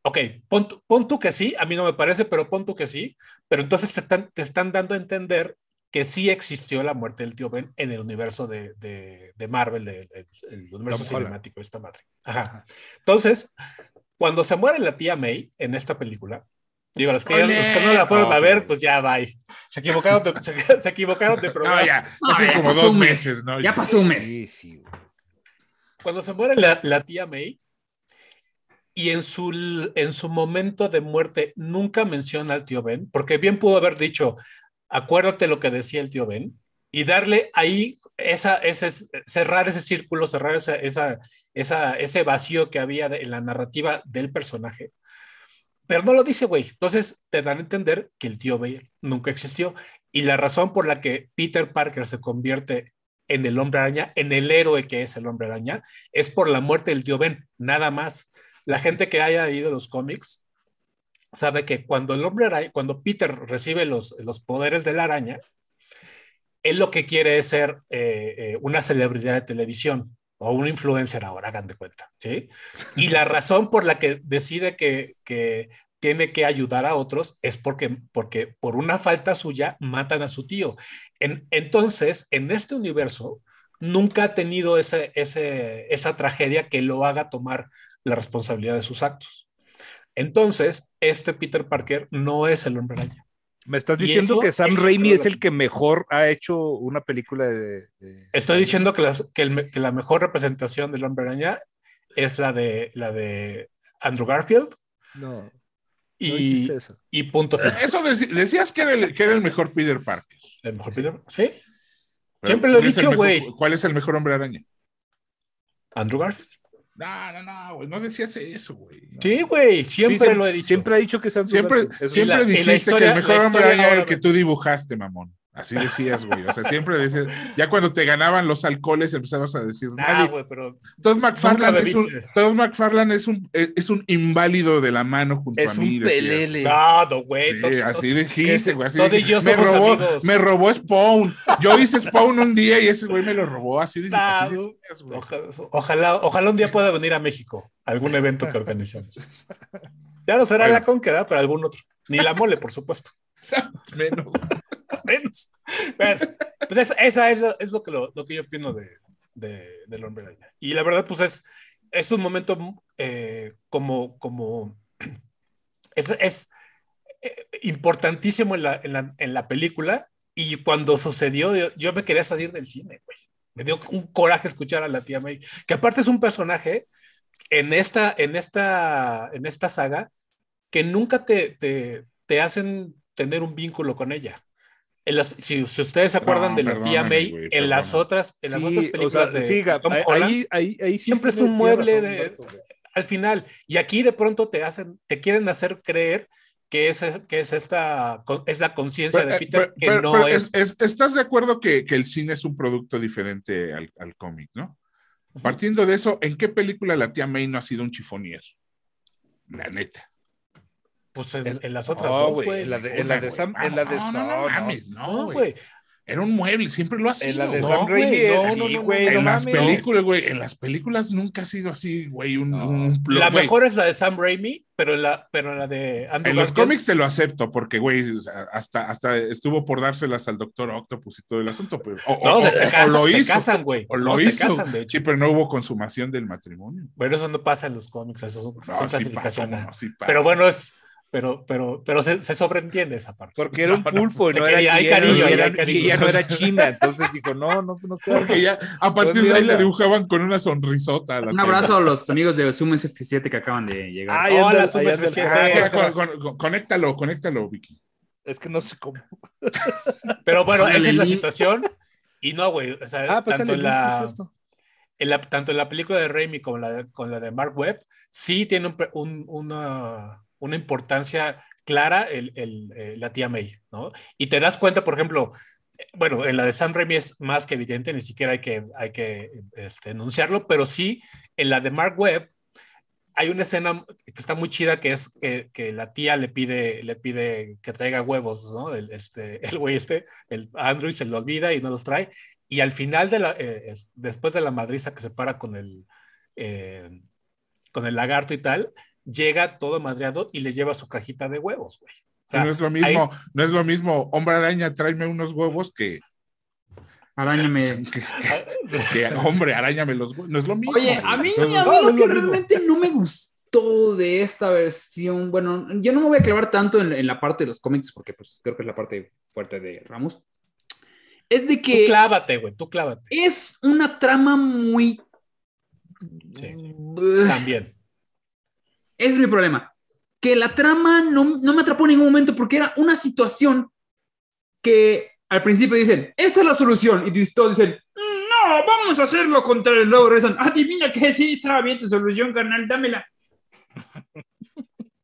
Ok, pon, tú- pon tú que sí, a mí no me parece, pero pon tú que sí, pero entonces te están, te están dando a entender que sí existió la muerte del tío Ben en el universo de, de- de Marvel, de- de- el universo Tom Holland. cinemático de esta madre. Ajá. Entonces, cuando se muere la tía May en esta película, digo, los que, ya- los que no la fueron a ver, pues ya, bye. Se equivocaron de, [LAUGHS] se, se equivocaron de programa. No, ya, No, hace ya como pasó dos un mes. meses, ¿no? Ya pasó un mes. Sí, sí. güey. cuando se muere la, la tía May y en su, en su momento de muerte nunca menciona al tío Ben, porque bien pudo haber dicho, acuérdate lo que decía el tío Ben, y darle ahí esa, ese, cerrar ese círculo, cerrar esa, esa, esa- ese vacío que había de- en la narrativa del personaje. Pero no lo dice, güey. Entonces te dan a entender que el tío Ben nunca existió. Y la razón por la que Peter Parker se convierte en el hombre araña, en el héroe que es el hombre araña, es por la muerte del tío Ben, nada más. La gente que haya leído los cómics sabe que cuando el hombre araña, cuando Peter recibe los, los poderes de la araña, él lo que quiere es ser eh, eh, una celebridad de televisión o un influencer ahora, hagan de cuenta, ¿sí? Y la razón por la que decide que, que tiene que ayudar a otros es porque, porque por una falta suya matan a su tío. En- entonces, en este universo, nunca ha tenido ese, ese- esa tragedia que lo haga tomar la responsabilidad de sus actos. Entonces, este Peter Parker no es el hombre araña. Me estás Y diciendo eso que Sam es Raimi todo es lo el que- que mejor ha hecho una película de. de- Estoy diciendo que, las- que el me- que la mejor representación del hombre araña es la de, la de Andrew Garfield No, no y, dijiste eso. y punto final. Eso deci- decías que era, el, que era el mejor Peter Parker. El mejor Peter- ¿Sí? Pero Siempre lo he ¿cuál es el dicho, mejor- güey. ¿Cuál es el mejor hombre araña? Andrew Garfield. No, no, no, güey, no decías eso, güey. Sí, güey, Sí, siempre siem- lo he dicho. Siempre ha dicho que Sam Siempre, Raimi- eso es siempre la- y la dijiste historia- que el la mejor hombre historia araña era el ahora- que tú dibujaste, mamón. Así decías, güey. O sea, siempre decías. Ya cuando te ganaban los alcoholes empezabas a decir. Nah, "Nadie- güey, pero Todd McFarlane, es un, bebiste. Todd McFarlane es un, es es un inválido de la mano junto a Es mí. un decías. pelele. no, no, güey. Sí, to- así que dijiste, se- güey. así Todd y dijiste, yo me, somos robó, amigos". me robó Spawn. Yo hice Spawn un día y ese güey me lo robó. Así dices, Nah, así güey. decías, güey. Ojalá, ojalá, ojalá un día pueda venir a México a algún evento que organicemos. Ya no será Bueno. la Conqueda, pero algún otro. Ni la mole, por supuesto. [LAUGHS] Menos. Menos. Bueno, pues eso- esa es, lo, es lo que lo, lo que yo opino de, de- del hombre araña. Y la verdad, pues es, es un momento eh, como, como [CLEARS THROAT] es, es, eh, importantísimo en la, en, la, en la película. Y cuando sucedió, yo, yo me quería salir del cine, güey. Me dio un coraje escuchar a la tía May, que aparte es un personaje en esta, en esta, en esta saga que nunca te, te, te hacen tener un vínculo con ella. En las- si, si ustedes se acuerdan No, de la tía perdóname, May, güey, en las perdóname. otras, en las Sí, otras o películas sea, de sí, Gab, Tom ahí- Holland, ahí, ahí, ahí sí Siempre es tiene- un tiene mueble razón, de- Humberto, güey. al final. Y aquí de pronto te hacen, te quieren hacer creer que es, que es esta, es la conciencia Pero, de eh, Peter pero- que pero- no pero es. es- es- ¿Estás de acuerdo que, que el cine es un producto diferente al, al cómic, no? Partiendo de eso, ¿en qué película la tía May no ha sido un chifonier? La neta. Pues en, el- en las No, otras dos, güey, güey. en la de, en la de Una, Sam, güey. Ah, en la de No, no, no, mames, no, No, güey. güey. Era un mueble, siempre lo ha sido. En la de güey. Sam güey, Raimi, no, sí, no, no, güey, no en las mames. películas, güey, en las películas nunca ha sido así, güey, un, No. un plot, La güey. mejor es la de Sam Raimi, pero en la, pero en la de Andrew En los Garfield- cómics te lo acepto, porque, güey, o sea, hasta, hasta estuvo por dárselas al doctor Octopus y todo el asunto, pero, o, No, o- se, o- o casan, lo se hizo. casan, güey. o lo No, hizo. Se casan, de hecho. Sí, pero no hubo consumación del matrimonio. Bueno, eso no pasa en los cómics, eso son, No, Pues son sí clasificaciones. pasa, no, sí pasa. pero [LAUGHS] bueno, es. Pero, pero, pero se, se sobreentiende esa parte. Porque era un No, no, pulpo, y [LAUGHS] se no era, quería- hay y era- cariño, y hay era- cariño. y ya no era [LAUGHS] China, entonces dijo, no, pues no, no sé. Porque ya, a partir de ahí la dibujaban con una sonrisota. a la Un tele. [LAUGHS] abrazo a los amigos de Zoom F7 que acaban de llegar. Ay, Hola, anda- súper ahí anda- especial. Ah, Ah, ya, con- con- con- con- conéctalo, conéctalo, Vicky. es que no sé cómo. Pero bueno, Órale, esa es la Lin. situación. Y no, güey. O sea, Ah, pues tanto sale en Link, sí es la, cierto. en la- tanto en la película de Raimi como la, con la de Mark Webb, sí tiene un pe- un- una, una importancia clara el, el, eh, la tía May, ¿no? Y te das cuenta, por ejemplo, eh, bueno, en la de Sam Raimi es más que evidente, ni siquiera hay que, hay que este, enunciarlo, pero sí en la de Mark Webb hay una escena que está muy chida que es que, que la tía le pide, le pide que traiga huevos, ¿no? El, este, [LAUGHS] el güey este, el Andrew se lo olvida y no los trae. Y al final de la, eh, es- después de la madriza que se para con el, eh, con el lagarto y tal, llega todo madreado y le lleva su cajita de huevos, güey. O sea, no es lo mismo, no es lo mismo, hombre araña, tráeme unos huevos que, Aráñame. que hombre araña me los huevos. No es lo mismo. Oye, güey. a mí, Entonces, a mí no, no lo es que lo mismo. realmente no me gustó de esta versión, bueno, yo no me voy a clavar tanto en, en la parte de los cómics porque pues creo que es la parte fuerte de Ramos, es de tú que clávate, güey, tú clávate. es una trama muy... Sí, sí. Ugh. También. Ese es mi problema. Que la trama no, no me atrapó en ningún momento porque era una situación que al principio dicen, esta es la solución. Y dis- todos dicen, no, vamos a hacerlo contra el lobo. Rezan, adivina que sí, estaba bien tu solución, carnal, dámela.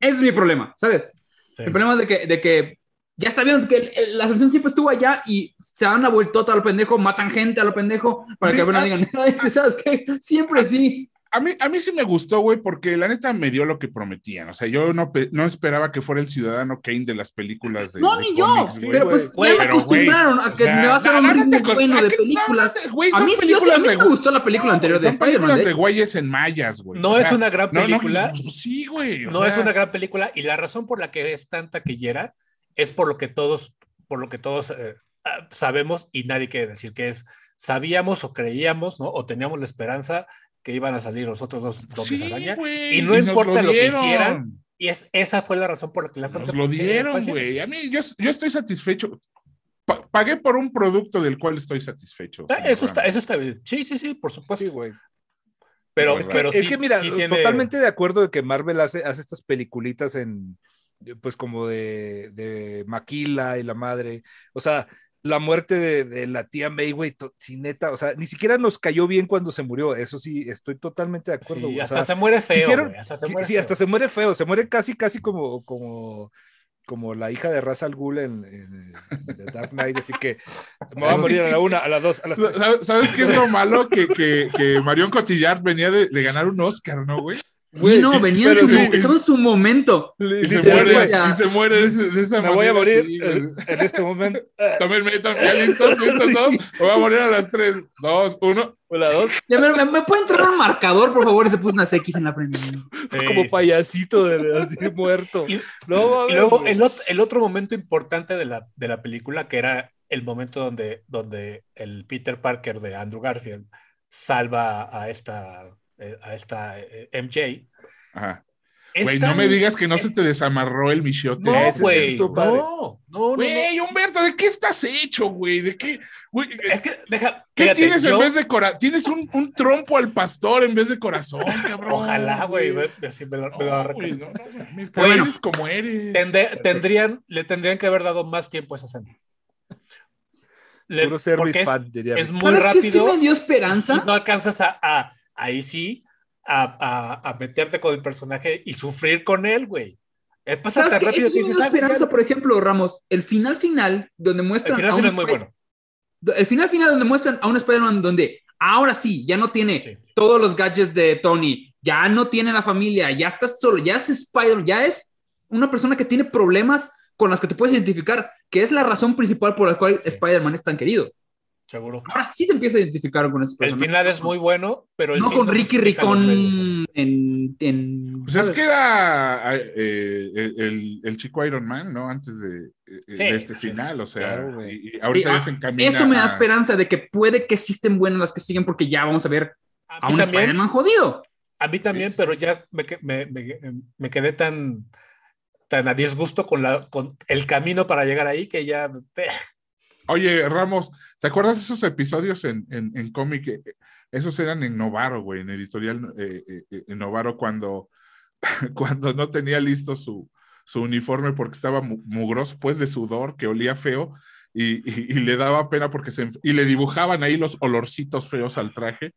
Ese es mi problema, ¿sabes? Sí. El problema es de que, de que ya está bien, que el- el- la solución siempre estuvo allá y se dan la vueltota a lo pendejo, matan gente a lo pendejo para que al final digan, [LAUGHS] "Ay, ¿sabes qué? Siempre sí. a mí, a mí sí me gustó, güey, porque la neta me dio lo que prometían. O sea, yo no, pe- no esperaba que fuera el ciudadano Kane de las películas de. No, de ni yo. cómics, güey. Pero pues Güey, ya me pero, acostumbraron güey, a que o sea, me va a hacer no, un no te ritmo acost- bueno de ¿a qué- películas. no, no, güey, A son mí sí, o sea, a películas mí sí de me gustó la película anterior de Son Spider-Man. películas de ¿eh? güeyes en mallas, güey. No O es sea, una gran no, no, película. pues sí, güey. o No sea, es una gran película y la razón por la que es tanta taquillera es por lo que todos, por lo que todos eh, ah, sabemos y nadie quiere decir que es sabíamos o creíamos, ¿no? O teníamos la esperanza que iban a salir los otros dos hombres pues Sí, araña. güey, y no nos importa lo que dieron. hicieran, Y es, esa fue la razón por la que la Nos gente- lo fue dieron, así. güey. A mí, yo, yo estoy satisfecho. Pa- pagué por un producto del cual estoy satisfecho. Ah, Eso está, Ramos. eso está bien. Sí, sí, sí, por supuesto. Sí, güey. pero, Es que- pero es sí- que mira, sí tiene- totalmente de acuerdo de que Marvel hace, hace estas peliculitas en, pues como de, de Maquila y la madre, o sea, la muerte de, de la tía May, güey, to- sí, neta, o sea, ni siquiera nos cayó bien cuando se murió, eso sí, estoy totalmente de acuerdo. sí, güey, o hasta sea, se muere feo. hicieron- güey, hasta se sí, muere sí, feo. hasta se muere feo, se muere casi, casi como, como como la hija de Ra's al Ghul en, en- en The Dark Knight, así que me voy a morir a la una, a las dos, a las tres. ¿Sabes- ¿Sabes qué es lo malo? Que, que, que Marion Cotillard venía de, de ganar un Oscar, ¿no, güey? Sí, no, venía en pero su, sí, mo- es- estaba en su momento. Y se Literal, muere, güey, ya. y se muere de, de esa Me voy a manera, morir sí, güey. eh, en este [LAUGHS] momento. Tómenme, tómenme. ¿Ya listos? ¿Listos dos? Me voy a morir a las tres. Dos, uno. O las dos, Ya, ¿Me, me, me puede entrar un marcador, por favor? Y se puso unas X en la frente. como payasito de, así [LAUGHS] muerto. Y- No, mames, Y luego güey. el, ot- el otro momento importante de la, de la película, que era el momento donde, donde el Peter Parker de Andrew Garfield salva a esta, eh, a esta eh, MJ. Ajá. es Güey, no tan- me digas que no se te desamarró el michote. No, Ese- ese güey. estuvo No, padre. no, no, no. Güey, Humberto, ¿de qué estás hecho, güey? ¿De qué? Güey, Es que, deja. ¿Qué fíjate, tienes yo- en vez de corazón? Tienes un, un trompo al pastor en vez de corazón, cabrón. Ojalá, güey. ve- así me lo- me lo No, arranca. güey, no, no, mames, Pero eres bueno. como eres. Tende- tendrían, le tendrían que haber dado más tiempo a esa escena. Le- Puro service porque es, fan, diría. es muy ¿Sabes rápido. qué sí me dio esperanza? y no alcanzas a, a- ahí sí a, a- a meterte con el personaje y sufrir con él, güey. Es ¿Sabes pasarte qué? rápido. Eso que me dices, dio "Ah, güey, ya". esperanza, por ejemplo, Ramos. El final final, donde El muestran final a un final es muy Spider- bueno. El final final donde muestran a un Spider-Man donde ahora sí, ya no tiene Sí. todos los gadgets de Tony, ya no tiene la familia, ya estás solo, ya es Spider, ya es una persona que tiene problemas con las que te puedes identificar, que es la razón principal por la cual Sí. Spider-Man es tan querido. Seguro. Ahora sí te empiezas Ah, pues a identificar con ese El personaje. final es muy bueno, pero el no fin con Ricky justifica los medios. Ricón en... en- Pues es ¿sabes? que era eh, el, el- el chico Iron Man, ¿no? Antes de, eh, de este pues sí, final, o sea, claro, güey. y, y ahorita Y, ya ah, se encamina. Eso me da a- esperanza de que puede que existen buenas las que siguen porque ya vamos a ver a A mí un también, Spider-Man jodido. a mí también, pero ya me, que- me- me- me quedé tan tan a disgusto con la con el camino para llegar ahí que ya Pues, Oye, Ramos, ¿te acuerdas de esos episodios en, en, en cómic? Eh, Esos eran en Novaro, güey, en editorial eh, eh, eh, en Novaro cuando, [LAUGHS] cuando no tenía listo su, su uniforme porque estaba mu- mugroso, pues de sudor, que olía feo. Y, y- y le daba pena porque se enf- y le dibujaban ahí los olorcitos feos al traje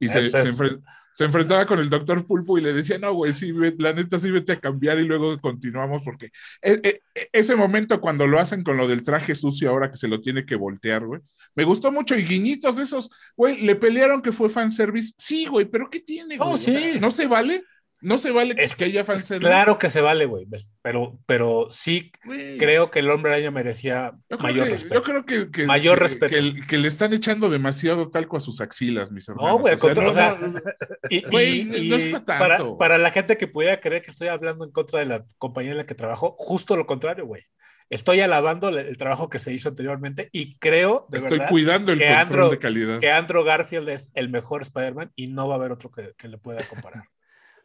y se, Entonces- se enfren- se enfrentaba con el doctor Pulpo y le decía, no, güey, sí, ve- la neta sí vete a cambiar y luego continuamos porque e- e- e- ese momento cuando lo hacen con lo del traje sucio ahora que se lo tiene que voltear, güey. Me gustó mucho y guiñitos de esos, güey, le pelearon que fue fanservice. Sí, güey, pero ¿qué tiene, No, güey? O sí. sea, ¿No se vale? ¿No se vale Es- que haya fanservice? claro que se vale, güey, pero pero sí Güey. creo que el hombre araña merecía Yo creo mayor que, respeto. yo creo que, que- Mayor que- respeto. que el- que le están echando demasiado talco a sus axilas, mis hermanos. güey, al contrario, no, o sea, no, Y, Güey, y- no y es pa' para, tanto. para la gente que pudiera creer que estoy hablando en contra de la compañía en la que trabajo, justo lo contrario, güey. Estoy alabando el, el trabajo que se hizo anteriormente y creo, de estoy verdad, cuidando el que control Andrew- de calidad. que Andrew Garfield es el mejor Spider-Man y no va a haber otro que, que le pueda comparar.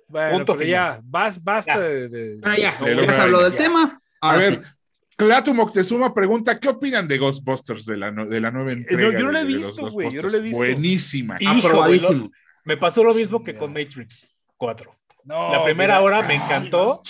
Bueno, punto pero final. ya, bas- basta Ya. de- de- Bueno, ya, El ya hombre se habló del Ya. tema. A Ahora ver, sí. Clatu Moctezuma pregunta, ¿qué opinan de Ghostbusters de la, no- de la nueva Eh, entrega? yo no la he de- de los visto, güey, yo no Ghostbusters? la he visto. Buenísima. Y- Hijo, Aprobadísimo. Me pasó lo mismo que Chinga. con Matrix 4. No, La primera Oh, mira. hora me encantó.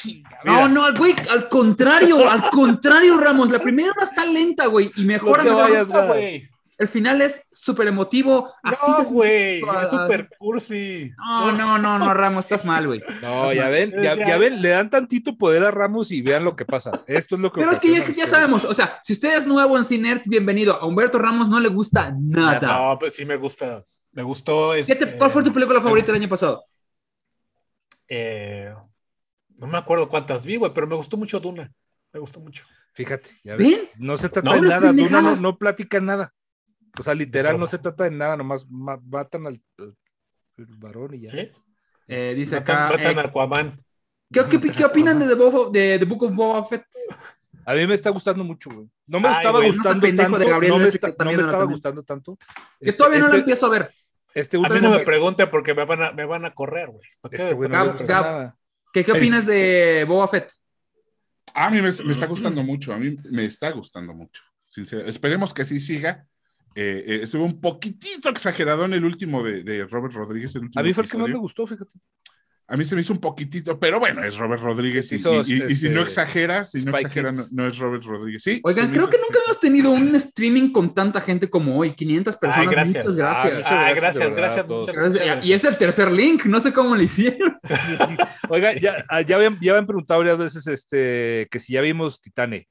No, no, al güey, al contrario, al contrario, Ramos. La primera hora está lenta, güey, y mejora. No te mejora. vayas, güey. No, güey. El final es súper emotivo. Así No, se güey. a- Es súper cursi. No, no, no, no, Ramos, estás mal, güey. No, ya ven, ya, ya ven, le dan tantito poder a Ramos y vean lo que pasa. Esto es lo que. Pero es que ya, ocasiona ya ustedes. sabemos, o sea, si usted es nuevo en Cinert, bienvenido. A Humberto Ramos no le gusta nada. No, pues sí me gusta. Me gustó. ¿Qué te- este, ¿Cuál fue tu película favorita el año pasado? Eh, no me acuerdo cuántas vi, güey, pero me gustó mucho Duna. Me gustó mucho. Fíjate, ya ven. ¿Ven? No se trata No, de las nada, Duna no, pendejadas. no platica nada. O sea, literal, no se trata de nada, nomás ma- matan al al varón y ya. ¿Sí? Eh, dice Matan, acá. matan eh, a Aquaman. ¿qué, qué- qué opinan de The, Book of- de The Book of Boba Fett? A mí me está gustando mucho, güey. No me Ay, estaba güey, no seas gustando pendejo tanto. de Gabriel, no me, ese que está- está no me viendo la estaba tele. gustando tanto. Que todavía no la este, empiezo a ver. Este A último mí no me me- pregunten porque me van a, me van a correr, güey. ¿Por qué? pues, este güey no Gab- me gusta Gab- nada. ¿Qué, qué [LAUGHS] opinas de Boba Fett? A mí me, me está gustando mucho, a mí me está gustando mucho. sincero. Esperemos que así siga. Eh, eh, estuvo un poquitito exagerado en el último de, de Robert Rodríguez. el último A mí fue el que más episodio. me gustó, fíjate. A mí se me hizo un poquitito, pero bueno, es Robert Rodríguez. Y, Hizo, y- y- y si este, no exagera, si no Spy exagera, no, Kids. no es Robert Rodríguez. Sí, se Oigan, me creo hizo que nunca este- hemos tenido un streaming con tanta gente como hoy. 500 personas. gracias. Muchas gracias. Ah, Ah, gracias, gracias, de verdad, gracias. a todos. muchas Gracias. gracias. Y es el tercer link, no sé cómo lo hicieron. Oiga, ya, ah, ya, habían, ya habían preguntado varias veces este, que si ya vimos Titane.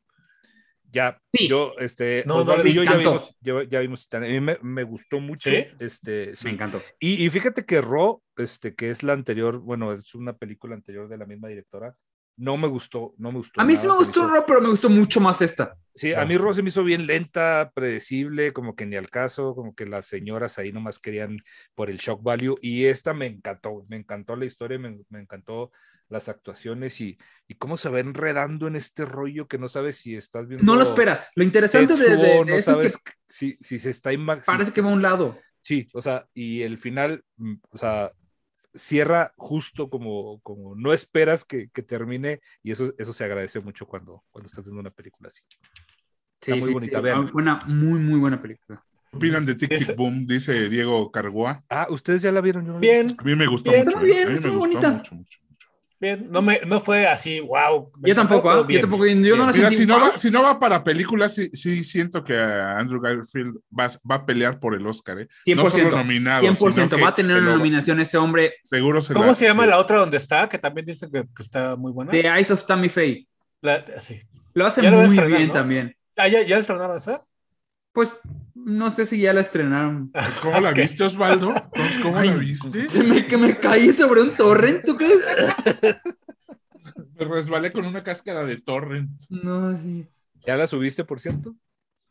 Ya, Sí. yo, este, No, Osvaldo no, y yo me ya encantó. vimos, yo- ya vimos Titane. A mí me, me gustó mucho. ¿Sí? Este, sí. Me encantó. Y, y fíjate que Ro, este, que es la anterior, bueno, es una película anterior de la misma directora, no me gustó, no me gustó. A mí nada, sí me se gustó hizo- Rob, pero me gustó mucho más esta. Sí, a mí Ro se me hizo bien lenta, predecible, como que ni al caso, como que las señoras ahí nomás querían por el shock value. Y esta me encantó, me encantó la historia, me, me encantó las actuaciones y, y cómo se va enredando en este rollo que no sabes si estás viendo. No lo esperas. Lo interesante de, Tetsuo, de- de no eso sabes es que si, si se está ima- si- parece que va a un lado. Sí, o sea, y el final, mm, o sea, cierra justo como, como no esperas que, que termine, y eso, eso se agradece mucho cuando, cuando estás viendo una película así. Sí, muy sí, bonita, sí. vean. Fue una muy, muy buena película. ¿Qué opinan de Tic Tic Boom? Dice Diego Cargua. Ah, ustedes ya la vieron, yo no la Bien, A mí me gustó Bien, mucho. está muy ¿eh? bien, a mí está me muy gustó bonita. mucho, mucho, mucho. bien, no, me, no fue así, wow. Yo tampoco, ¿ah? yo tampoco. Yo no la Mira, sentí. si no, igual. va, si no va para películas, sí, sí siento que a Andrew Garfield va, va a pelear por el Oscar, ¿eh? No 100%. solo nominado, 100% va a tener una nominación. nominación ese hombre Seguro se ¿Cómo la- se llama sí. la otra donde está? Que también dicen que, que está muy buena. de Eyes of Tammy Faye. La- sí. Lo hace Ya lo va a muy estrenar, bien ¿no? también. Ah, ya, ya la estrenaron esa. Pues no sé si ya la estrenaron. [LAUGHS] ¿Cómo [LAUGHS] la Ok. viste, Osvaldo? Entonces, ¿Cómo la Ay, viste? Se me, que me caí sobre un torrent, ¿tú crees? Me resbalé con una cáscara de torrent. No, sí. vi. ¿Ya la subiste, por cierto?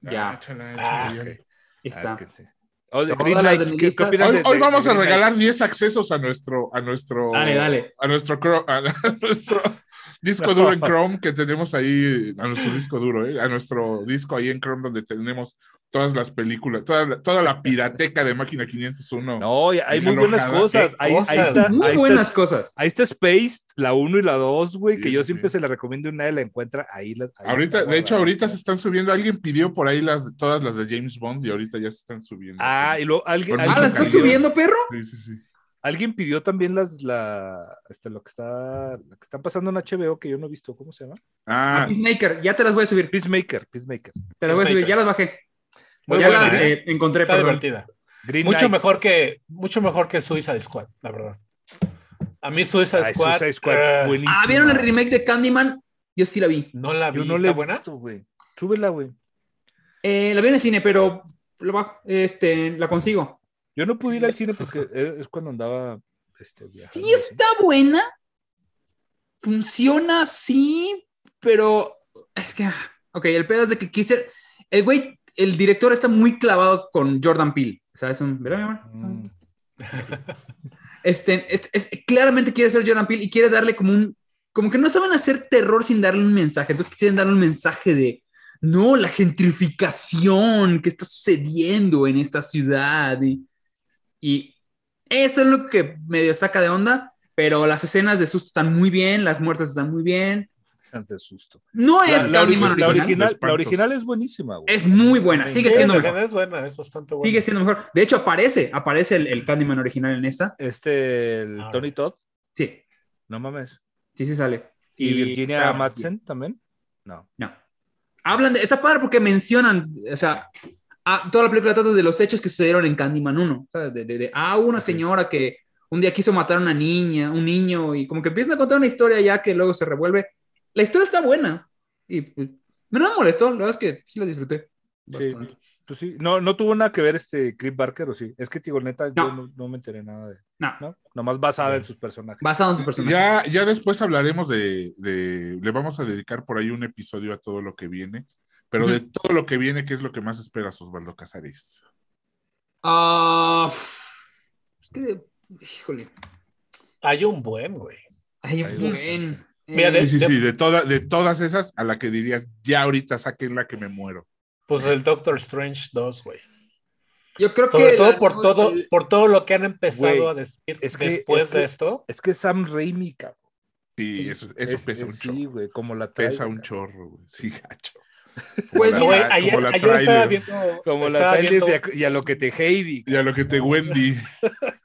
Ya. Ah, chala, Ah, chala, ya. ok. Está. Ah, es que sí. Oye, Todas Green las Knight, de mi ¿qué- lista- qué opinan Hoy, de- hoy de- vamos de a Green regalar 10 accesos a nuestro, a nuestro, Dale, dale. a nuestro, cro- [LAUGHS] a nuestro disco duro en Chrome que tenemos ahí, a nuestro disco duro, ¿eh? a nuestro disco ahí en Chrome donde tenemos todas las películas, toda, la- toda la pirateca de Máquina 501. Knight? No, ya hay muy buenas Enojada, cosas. qué Ahí, cosas. ahí está, Muy ahí buenas está, cosas. ahí está Space, la 1 y la 2, güey, que Sí, yo sí, siempre sí. se la recomiendo y nadie la encuentra. Ahí la- ahí Ahorita, está de hecho, guardada. ahorita se están subiendo. Alguien pidió por ahí las, todas las de James Bond y ahorita ya se están subiendo. Ah, y luego alguien. Con Ah, alguien ¿la mucho estás pidió- cariño. subiendo, perro? Sí, sí, sí. Alguien pidió también las, la, este, lo que está, lo que está pasando en HBO que yo no he visto, ¿cómo se llama? Ah, Peacemaker, ya te las voy a subir. Peacemaker, Peacemaker. Te las voy a subir, ya las bajé. Muy ya buena, las ¿eh? eh, encontré, Está perdón. divertida. Green Mucho Knight. mejor que mucho mejor que Suicide Squad, la verdad. A mí Suicide Ay, Squad, Suicide Squad eh, Ah, es buenísima. Ah, ¿vieron el remake de Candyman? Yo sí la vi. no la vi, Yo no ¿está le he buena? visto, güey. Súbela, güey. Eh, la vi en el cine, pero lo bajo- este, la consigo. Yo no pude ir al cine [LAUGHS] porque eh, es cuando andaba. Este, viajando, Sí está buena. Funciona, sí, pero es que, ah, ok, el pedo es de que quise, el güey, el director está muy clavado con Jordan Peele, ¿sabes? Un, ¿verdad, mi amor? Mm. Este, es- es- claramente quiere ser Jordan Peele y quiere darle como un, como que no saben hacer terror sin darle un mensaje, entonces quieren darle un mensaje de, no, la gentrificación que está sucediendo en esta ciudad. Y, y eso es lo que medio saca de onda, pero las escenas de susto están muy bien, las muertes están muy bien. Bastante susto. No La, es la Candyman ori- la original, original. original, la original es buenísima, güey. es muy buena, sigue Sí, siendo la mejor. verdad Es buena, es bastante buena. Sigue siendo mejor. De hecho, aparece, aparece el, el Candyman original en esta. Este, el Ah, Tony Todd, Sí, no mames. sí, sí sale. Y, Virginia claro, Madsen también. No. No. Hablan de. Está padre porque mencionan. O sea, a- toda la película trata de los hechos que sucedieron en Candyman 1. ¿Sabes? De, de- de- ah, hubo una Sí. señora que un día quiso matar a una niña, un niño, y como que empiezan a contar una historia ya que luego se revuelve. La historia está buena. Y pues, no me molestó. La verdad es que sí la disfruté. Sí, bastante. pues sí. No, no tuvo nada que ver este Cliff Barker, o sí. Es que, tío, neta, yo No. no, no me enteré nada de. No. ¿no? Nomás basada Sí. en sus personajes. Basado en sus personajes. pues, ya, ya después hablaremos de, de- Le vamos a dedicar por ahí un episodio a todo lo que viene. Pero de todo lo que viene, ¿qué es lo que más esperas, Osvaldo Casares? Ah, es que. Híjole. Hay un buen, güey. Ay, Ahí buen. está. eh, Mira, de- Sí, sí, sí, de, toda, de todas esas a la que dirías, ya ahorita saquen la que me muero. Pues el Doctor Strange 2, güey. yo creo Sobre que todo la- por todo el- por todo lo que han empezado Güey, a decir es que- después es que- de esto. Es que Sam Raimi, cabrón. Sí, eso, eso Es- pesa es- un chorro. Sí, güey, como la trae, pesa güey. un chorro, güey. Sí, gacho. Pues, Como Güey, la- ayer, como la ayer estaba trailer. viendo Como la estaba trae viendo desde a- y a lo que te Heidi. Y a lo que te Wendy.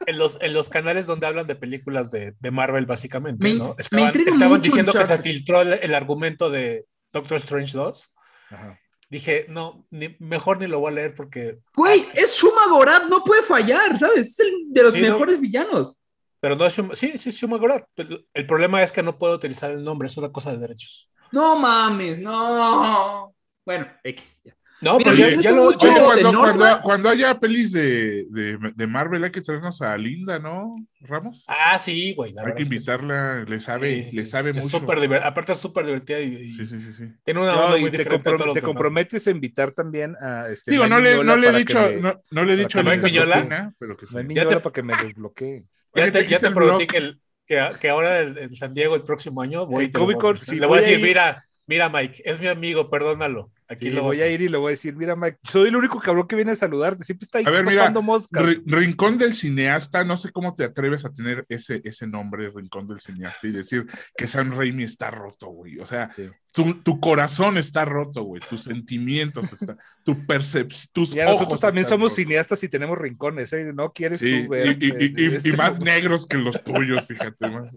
en los en los canales donde hablan de películas de, de Marvel básicamente, Me- me ¿no? Estaban, intriga estaban mucho diciendo que se Uncharted. filtró el, el argumento de Doctor Strange 2. Ajá. Dije, no, ni- mejor ni lo voy a leer porque Güey, es Shuma Gorat, no puede fallar, ¿sabes? Es el de los Sí, ¿no? mejores villanos. Pero no es Shuma- Sí, sí, es Shuma Gorath. Pero El problema es que no puedo utilizar el nombre, es una cosa de derechos. No mames, no. Bueno, X. ya. No, Mira, pero yo ya, no ya sé lo. mucho ya Oye, lo- Somos cuando, en cuando- Norma. cuando haya pelis de, de, de Marvel hay que traernos a Linda, ¿no, Ramos? Ah, sí, güey. la hay verdad que es sí. invitarla, le sabe, Sí, sí, le sí. sabe Es mucho. súper diver- Aparte es súper divertida y, y Sí, sí, sí, sí. tiene una No, onda y muy te, diferente. a comprom- todos los te demás. comprometes a invitar también a este. Digo, no Mike le, no Mignola le he para que me- dicho, no, no le para he dicho que a me Linda Mignola. su opinión, pero que sí. Mike Ya Mignola te- para que me [LAUGHS] desbloquee. Ya Oye, te, te ya quita te el prometí blog. que, el- que, que ahora el- en San Diego el próximo año voy. El y te lo voy a Comic Con, mostrar. sí, Le voy a voy a decir, ir. mira, mira Mike, es mi amigo, perdónalo. Sí, Aquí lo voy a ir y le voy a decir, mira, Mike, soy el único cabrón que viene a saludarte. Siempre está ahí A ver, mira, tocando moscas. Ri- Rincón del cineasta, no sé cómo te atreves a tener ese, ese nombre, Rincón del cineasta, y decir que San Raimi está roto, güey. O sea, Sí. tu, tu corazón está roto, güey. Tus sentimientos están, tu percepción, tus Ya ojos nosotros también están somos rotos. cineastas y tenemos rincones, ¿eh? No quieres Sí, tú ver. y, y- eh, y- y- este y más como- negros que los tuyos, fíjate. Más.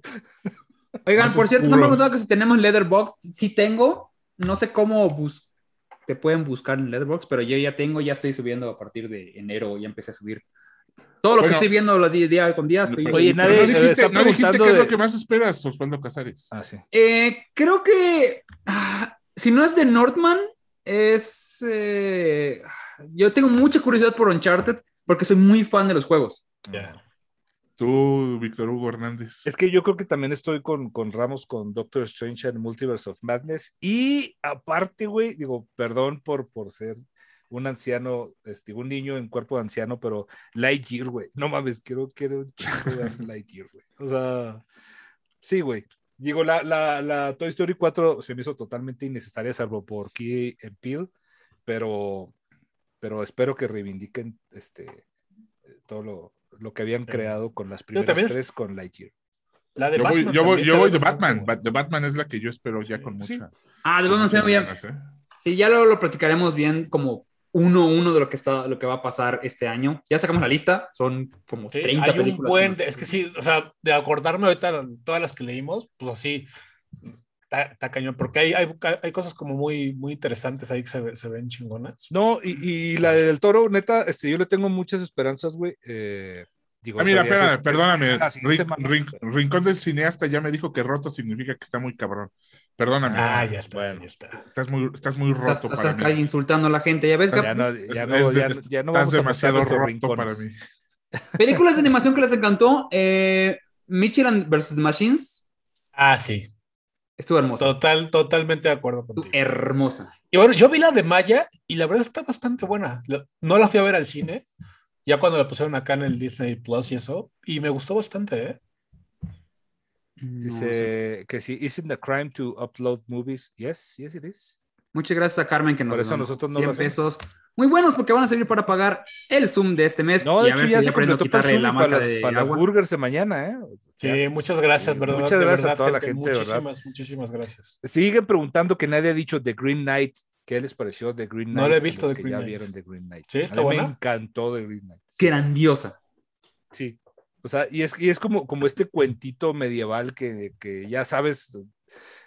Oigan, Más por cierto, oscuros. están preguntando que si tenemos Leatherbox. Sí tengo. No sé cómo bus- te pueden buscar en Leatherbox, pero yo ya tengo, ya estoy subiendo a partir de enero, ya empecé a subir. Todo lo que Bueno. estoy viendo lo di- día con día estoy... Oye, [LAUGHS] Pero nadie- eh, no está dijiste, no dijiste preguntando qué es de- lo que más esperas, Osvaldo Casares. Ah, sí. Eh, creo que ah, si no es de Northman, es. eh, yo tengo mucha curiosidad por Uncharted porque soy muy fan de los juegos. Ya. Tú, Víctor Hugo Hernández. Es que yo creo que también estoy con, con Ramos, con Doctor Strange en Multiverse of Madness. Y aparte, güey, digo, perdón por, por ser un anciano, este, un niño en cuerpo de anciano, pero Lightyear, güey. No mames, quiero, quiero un chico [LAUGHS] de Lightyear, güey. O sea, sí, güey. Digo, la, la, la Toy Story 4 se me hizo totalmente innecesaria, salvo por Key and Peele, pero, pero espero que reivindiquen este, eh, todo lo, lo que habían Sí. creado con las primeras también es- tres con Lightyear. La de Yo voy, Batman yo voy, también yo se voy ve de bastante Batman. buena. Ba- De Batman es la que yo espero ya con Sí. mucha. Ah, con debemos muchas ser bien. ganas, ¿eh? Sí, ya lo, lo platicaremos bien como uno a uno de lo que está, lo que va a pasar este año. Ya sacamos la lista, son como Sí, 30 hay un películas. buen, es que sí, o sea, de acordarme ahorita todas las que leímos, pues así, está está cañón, porque hay, hay, hay cosas como muy, muy interesantes ahí que se, ve- se ven chingonas. No, y, y la del toro, neta, este, yo le tengo muchas esperanzas, güey. Eh, digo, Ah, mira, o sea, ya espérame, se- perdóname. la siguiente Rin- semana. Rin- Rincón del cineasta ya me dijo que roto significa que está muy cabrón. Perdóname. Ah, ya está, bueno. ya está. Estás muy, estás muy roto Estás, para estás mí. acá insultando a la gente. Ya ves, Ya Gab, no, ya no, Es de- ya, no- ya no Estás vamos a este pasar demasiado nuestros roto para rincones. mí. películas de [LAUGHS] animación que les encantó. Eh, Michelin vs. Machines Ah, sí, estuvo hermosa. total, totalmente de acuerdo Estuvo contigo. hermosa. Y bueno, yo vi la de Maya y la verdad está bastante buena. La- No la fui a ver al cine, ya cuando la pusieron acá en el Disney Plus y eso, y me gustó bastante, ¿eh? No sé. Dice que si isn't a crime to upload movies. Yes, yes it is. Muchas gracias a Carmen que nos Por eso donó nosotros no 100 lo hacemos. pesos. Muy buenos porque van a servir para pagar el Zoom de este mes. No, y a de hecho ver si ya ya se aprendo a completó para quitarle la Zoom para, marca las, de para las agua. burgers de mañana, ¿eh? Sí, Ya. muchas gracias, Sí, ¿verdad? muchas De gracias a verdad, toda la gente, de verdad. Muchísimas, muchísimas gracias. Siguen preguntando que nadie ha dicho The Green Knight. ¿Qué les pareció The Green Knight? No la he a los visto, The que Green ya Knight. vieron The Green Knight. Sí, está A mí buena. Me encantó The Green Knight. Grandiosa. Sí. O sea, y es, y es como, como este cuentito medieval que, que ya sabes,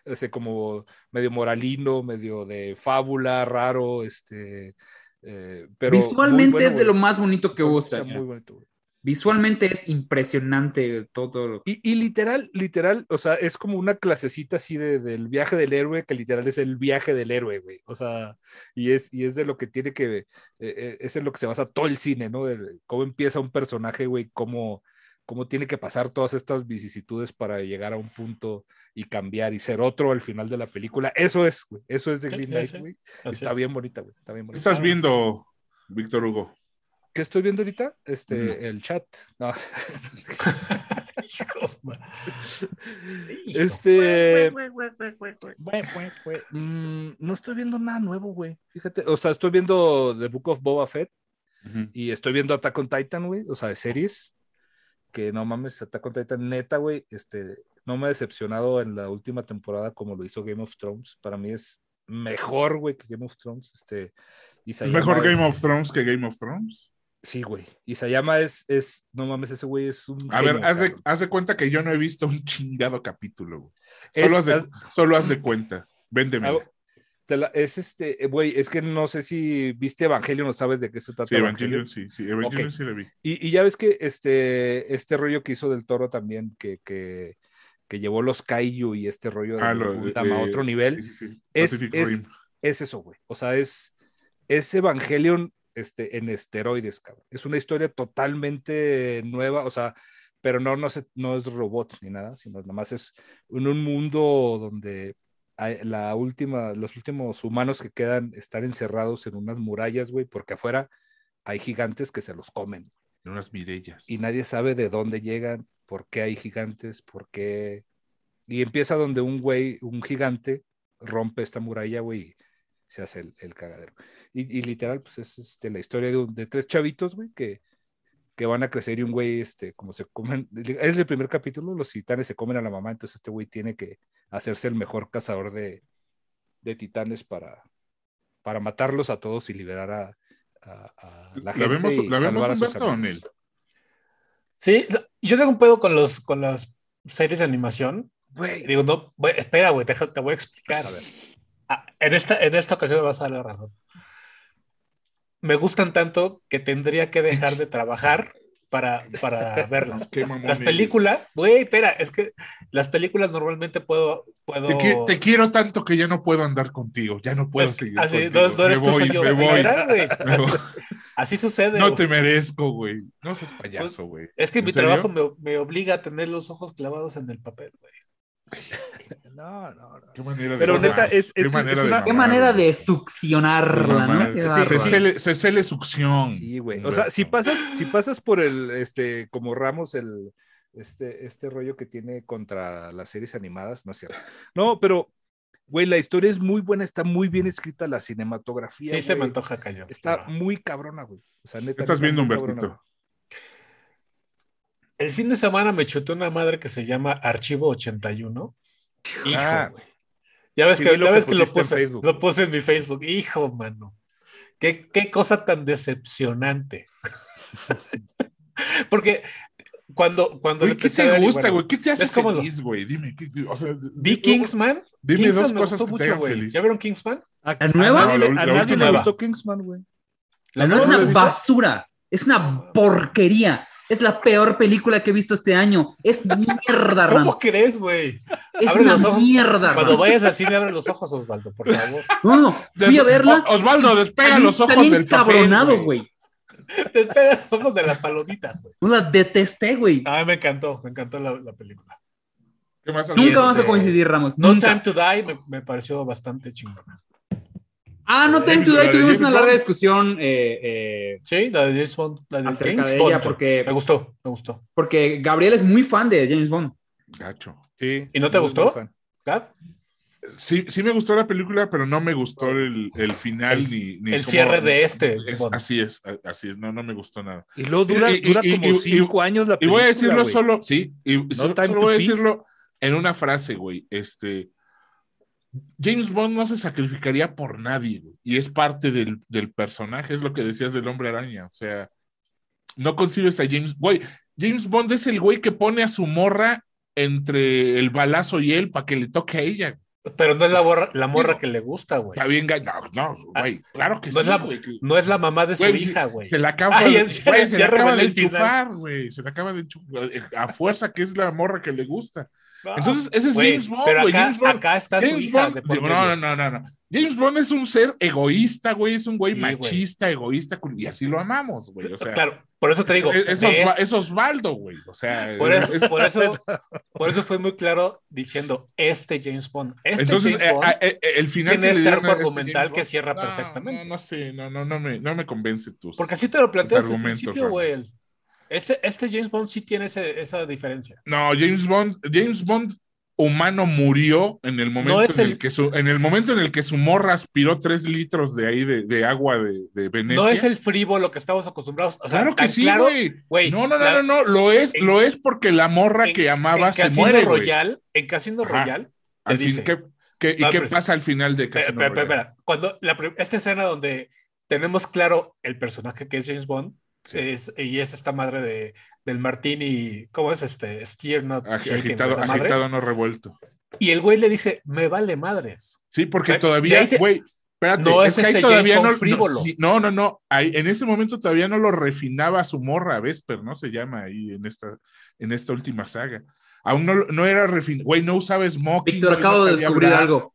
ese como medio moralino, medio de fábula, raro, este. eh, pero muy Visualmente bueno, es de güey. lo más bonito que hubo este Está año. muy bonito, güey. Visualmente es impresionante todo lo Y, y literal, literal, o sea, es como una clasecita así de, del viaje del héroe, que literal es el viaje del héroe, güey. O sea, y es, y es de lo que tiene que, eh, eh, es en lo que se basa todo el cine, ¿no? El- cómo empieza un personaje, güey, cómo, cómo tiene que pasar todas estas vicisitudes para llegar a un punto y cambiar y ser otro al final de la película. Eso es, güey. Eso es de Sí, Green sí, Knight, sí. güey. Así Está es. bien bonita, güey. Está bien ¿Qué bonita. Ah, estás viendo, Víctor Hugo? ¿Qué estoy viendo ahorita? Este, Ujú. el chat. No. [LAUGHS] [LAUGHS] Hijos, man. Hijo. Este. Mm, no estoy viendo nada nuevo, güey. Fíjate, o sea, estoy viendo The Book of Boba Fett y estoy viendo Attack on Titan, güey, o sea, de series. Que no mames, Attack on Titan, neta, güey, este, no me ha decepcionado en la última temporada como lo hizo Game of Thrones. Para mí es mejor, güey, que Game of Thrones. Este, ¿Es mejor Game of Thrones que Game of Thrones? Sí, güey. Y Sayama es, es, no mames, ese güey es un. A ver, genio, haz de, cabrón. haz de cuenta que yo no he visto un chingado capítulo. güey. Es- Solo, haz de, haz- solo haz de cuenta. Véndeme. Hago- Te la- es este, eh, güey, es que no sé si viste Evangelion o sabes de qué se trata. Sí, Evangelion. Evangelion sí, sí, Evangelion Ok. sí la vi. Y, y ya ves que este, este rollo que hizo del toro también, que, que, que llevó los Kaiju y este rollo de Ah, los lo de- Gundam a de- otro nivel, Sí, sí, sí. Es- Pacific es- Rim. es eso, güey. O sea, es, es Evangelion este, en esteroides, cabrón. Es una historia totalmente nueva, o sea, pero no, no, se- no es robot ni nada, sino nada más es en un mundo donde hay- la última, los últimos humanos que quedan están encerrados en unas murallas, güey, porque afuera hay gigantes que se los comen En unas mirellas. y nadie sabe de dónde llegan, por qué hay gigantes, por qué. Y empieza donde un güey, un gigante, rompe esta muralla, güey, y se hace el, el cagadero. Y, y literal, pues es este, la historia de, un- de tres chavitos, güey, que, que van a crecer y un güey, este, como se comen. Es el primer capítulo, los titanes se comen a la mamá, entonces este güey tiene que hacerse el mejor cazador de, de titanes para, para matarlos a todos y liberar a. a- a la, ¿La gente vemos- y la vemos, salvar a sus Humberto, o amigos. Nel? Sí, yo tengo un pedo con, los, con las series de animación. Güey, Digo, no, güey, espera, güey, deja- te voy a explicar. A ver. Ah, en, esta, en esta ocasión me vas a dar la razón. Me gustan tanto que tendría que dejar de trabajar para, [LAUGHS] para verlas. Qué mamón Las eres. películas, güey, espera, es que las películas normalmente puedo. puedo Te, qui- te quiero tanto que ya no puedo andar contigo, ya no puedo es- seguir. pues, así, contigo. no, no eres me tú, voy, soy yo. me voy. Literal, güey. [LAUGHS] me voy. Así sucede. No güey. te merezco, güey. No Pues, seas payaso, güey. Es que ¿En mi serio? trabajo me, me obliga a tener los ojos clavados en el papel, güey. No, no, no. Qué manera de Pero mamar. neta, es, Qué es, que manera es de una... mamar. Qué manera de succionarla, Mamar. ¿no? Qué Sí, se, bárbaro. cele, se cele succión. Sí, güey. O sea, si pasas, si pasas por el, este, como Ramos, el, este, este rollo que tiene contra las series animadas, no es cierto. No, pero, güey, la historia es muy buena, está muy bien escrita, la cinematografía. Sí, se güey, me antoja cañón. Está Claro. muy cabrona, güey. O sea, neta. Ah. Estás está viendo, muy Humbertito. cabrona, El fin de semana me chuté una madre que se llama Archivo 81. Hijo, Ah. güey. Ya ves Sí, que, vi lo ya que ves que lo, pusiste en puse, Facebook. lo puse en mi Facebook. Hijo, mano. Qué, qué cosa tan decepcionante. [LAUGHS] Porque cuando, cuando Güey, le ¿Qué empecé a te ver, y gusta, bueno, güey? ¿Qué te hace ¿ves cómo lo- feliz, güey? Dime, ¿qué- qué- o sea, Vi dime- Kingsman. Dime Kingsman dos me cosas gustó mucho, que te hagan güey. feliz. ¿Ya vieron Kingsman? güey. ¿La A- nueva? A nadie, le- No, la- a la nadie le última. gustó Kingsman, güey. La nueva es nueva una la viste? basura. Es Ah. una porquería. Es la peor película que he visto este año. [LAUGHS] Es mierda, Ram. ¿Cómo crees, güey? Es Abre una los ojos. mierda, Cuando Ram. vayas al cine, abre los ojos, Osvaldo, por [LAUGHS] favor. No, no, fui a verla. O- Osvaldo, despega salí- los ojos salí del papel, encabronado, güey. Despega los ojos de las palomitas, güey. No la detesté, güey. Ah, A mí me encantó, me encantó la, la película. ¿Qué más has Nunca visto? este, vamos a coincidir, Ramos. No Nunca. Time to Die me, me pareció bastante chingona. Ah, no Time La Today de tuvimos James una Bond. larga discusión eh, eh, Sí, la de James Bond, la de acerca James de Bond, ella güey. porque, Me gustó, me gustó. porque Gabriel es muy fan de James Bond. Gacho. Sí. ¿Y no te Muy gustó? buen fan. ¿Gab? Sí, sí me gustó la película, pero no me gustó el, el final El- ni, ni el cómo- cierre de este, Es- Bond. así es, a- así es. No, no me gustó nada. Y luego dura, Y- y- dura y- como y- y- cinco años la Y película. voy a decirlo güey. solo, sí, y so- time solo to voy a pee. decirlo en una frase, güey. Este, James Bond no se sacrificaría por nadie, güey, y es parte del, del personaje, es lo que decías del hombre araña. O sea, no concibes a James, güey. James Bond es el güey que pone a su morra entre el balazo y él para que le toque a ella. Pero no es la, borra- la morra que le gusta, güey. Está bien, ga- no, no, güey, claro que Ah, No es sí, la- güey, que- No es la mamá de su Güey, hija, güey. Se la acaba, Ay, de- en serio, güey, ya se la acaba de revelé el final. enchufar, güey. Se la acaba de enchufar. eh, A fuerza que es la morra que le gusta. Entonces, ese es Güey, James Bond, Pero güey. acá, James Bond. acá está su James hija. Bond- de por digo, medio. no, no, no, no. James Bond es un ser egoísta, güey. Es un güey Sí, güey. machista, egoísta. cul- Y así lo amamos, güey. O sea, claro, por eso te digo. es, es de Osva- este- es Osvaldo, güey. O sea, Por es- eso, por eso, por eso fue muy claro diciendo este James Bond. Este Entonces, James eh, Bond. ah, eh, eh, el final tiene que le este dieron a arco argumental James que Bond- cierra No, perfectamente. No, no sé, no, no, no me, no me convence tus. porque así te lo planteas al argumentos, principio, Ramos. güey. Este, este James Bond sí tiene ese- esa diferencia. No, James Bond, James Bond humano murió en el momento No es en el, el- que su, en el momento en el que su morra aspiró tres litros de ahí de, de agua de, de Venecia. No es el frívolo que estamos acostumbrados. O sea, claro que tan sí, claro, güey. güey. no, no, no, la- no, no, lo es, en- lo es porque la morra que amaba en se Casino muere, güey. Royal, en Casino Ajá. Royal, Al te fin, dice. ¿qué- qué- ¿Y No, qué pero- pasa al final de espera, Casino espera, Royale? espera. cuando la, pri- esta escena donde tenemos claro el personaje que es James Bond, Sí. Es- y es esta madre de, del Martín y, ¿cómo es este? Steer Not Ag- shaken, Ah, agitado, esa madre. agitado no revuelto. Y el güey le dice, me vale madres. Sí, porque Güey, de todavía, ahí te- güey, espérate, No es que ahí este todavía Jason no, frívolo. no, sí, no, no, no, ahí- en ese momento todavía no lo refinaba su morra, Vesper, ¿no? Se llama ahí en esta, en esta última saga. Aún no, no era refinado, güey, no usaba smoking. Víctor, güey, no acabo de sabía descubrir hablar. algo.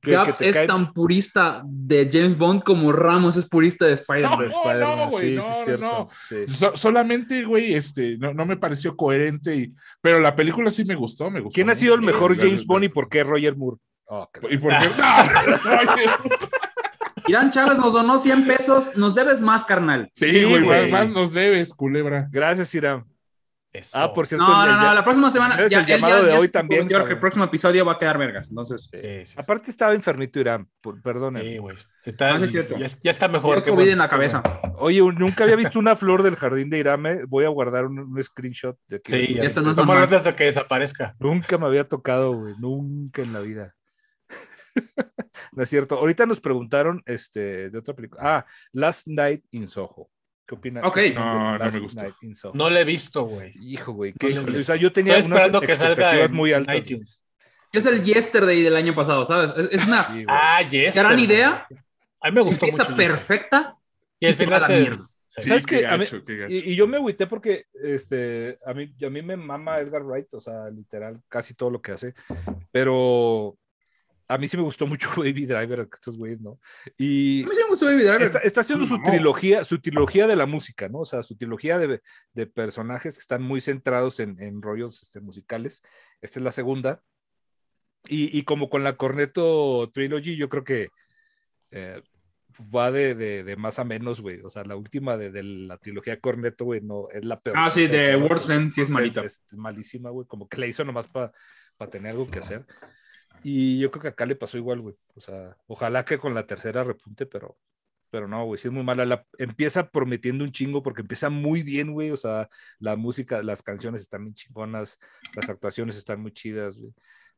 Que- Cap que te es cae- tan purista de James Bond como Ramos es purista de Spider-Man. de No, Spider-Man, no, güey, sí, sí, no, es no, cierto, no. sí. So- solamente, güey, este, no, no me pareció coherente, y, pero la película sí me gustó, me gustó. ¿Quién ha sido el mucho. mejor Sí, James la- Bond y por qué Roger Moore? Ah, Oh, caray. ¿Y por qué? No, no, oye. Irán Chávez nos donó 100 pesos, nos debes más, carnal. sí, güey, más, güey. más nos debes, culebra. Gracias, Iram. Eso. Ah, por cierto. No, ya- no, no, ya- la próxima semana. Es el llamado de hoy se comprometió también, a que cabrón. el próximo episodio va a quedar vergas. Entonces, Sí, sí, sí. Aparte estaba enfermito Iram, por- perdóname. Sí, güey. Está- No, Ah, sí es cierto. ya, ya está mejor. tengo qué COVID bueno, en la qué bueno. cabeza. Oye, nunca había visto una flor del jardín de Irame. Voy a guardar un, un screenshot de aquí. Sí, ya Esto no es Tómalo normal. antes de que desaparezca. Nunca me había tocado, güey. Nunca en la vida. [LAUGHS] no es cierto. Ahorita nos preguntaron este, de otra película. Ah, Last Night in Soho. ¿Qué opinas? Ok. No, no me gustó. Night in Soho. No lo he visto, güey. Hijo, güey. No qué le híjole. gusta. o sea, yo tenía Estoy unas esperando que salga expectativas en, muy en altas. güey. iTunes. es el yesterday del año pasado, ¿sabes? Es, es una Sí, güey. Ah, yes. gran idea. A mí me gustó mucho. Empieza perfecta. Y al y se va a final la se- mierda. se- Sí, ¿Sabes qué qué? A mí- gacho, qué gacho. Y, y yo me agüité porque este, a, mí, a mí me mama Edgar Wright, o sea, literal, casi todo lo que hace, pero a mí sí me gustó mucho [LAUGHS] Baby Driver, que estos güeyes, ¿no? Y A mí sí me gustó Baby Driver. está, está haciendo su No. trilogía, su trilogía de la música, ¿no? O sea, su trilogía de, de personajes que están muy centrados en, en rollos este, musicales. Esta es la segunda. Y, y como con la Corneto Trilogy, yo creo que eh, va de, de- de más a menos, güey. O sea, la última de, de la trilogía Corneto, güey, no, es la peor. Ah, sí, de Entonces, World's End sí es malita. es malísima, güey. Como que la hizo nomás para tener algo que hacer. Y yo creo que acá le pasó igual, güey. O sea, ojalá que con la tercera repunte, pero, pero no, güey, sí es muy mala. La, empieza prometiendo un chingo porque empieza muy bien, güey. O sea, la música, las canciones están bien chingonas, las actuaciones están muy chidas, güey.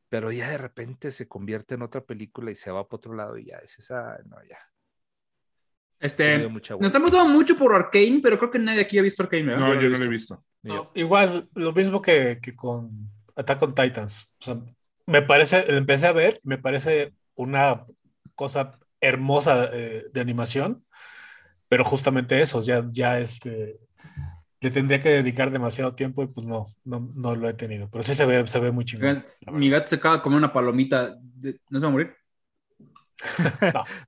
Pero ya de repente se convierte en otra película y se va para otro lado y ya es esa, no, ya. Este, me dio mucha nos vuelta. hemos dado mucho por Arkane, pero creo que nadie aquí ha visto Arkane, ¿verdad? No, yo no lo he visto. Ni yo. No, igual, lo mismo que, que con Attack on Titans. O sea, me parece, lo empecé a ver, me parece una cosa hermosa eh, de animación, pero justamente eso, ya, ya este, le tendría que dedicar demasiado tiempo y pues no, no, no lo he tenido. Pero sí se ve, se ve muy chingón. Mi gato se acaba de comer una palomita. de- ¿No se va a morir?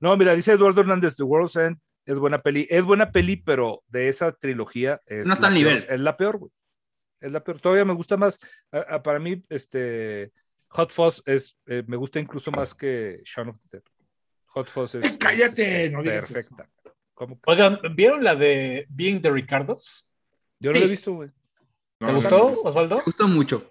No, mira, dice Eduardo Hernández, The World's End es buena peli. Es buena peli, pero de esa trilogía es No está la al nivel. peor- es la peor, güey. Es la peor. Todavía me gusta más. a- a- para mí, este Hot Fuzz es, eh, me gusta incluso más que Shaun of the Dead. Hot Fuzz es. Eh, cállate, es no digas perfecta. ¿Cómo que? Oigan, ¿vieron la de Being the Ricardos? Yo no lo he Sí. visto, güey. ¿Te No, no, gustó, no. Osvaldo? Me gustó mucho.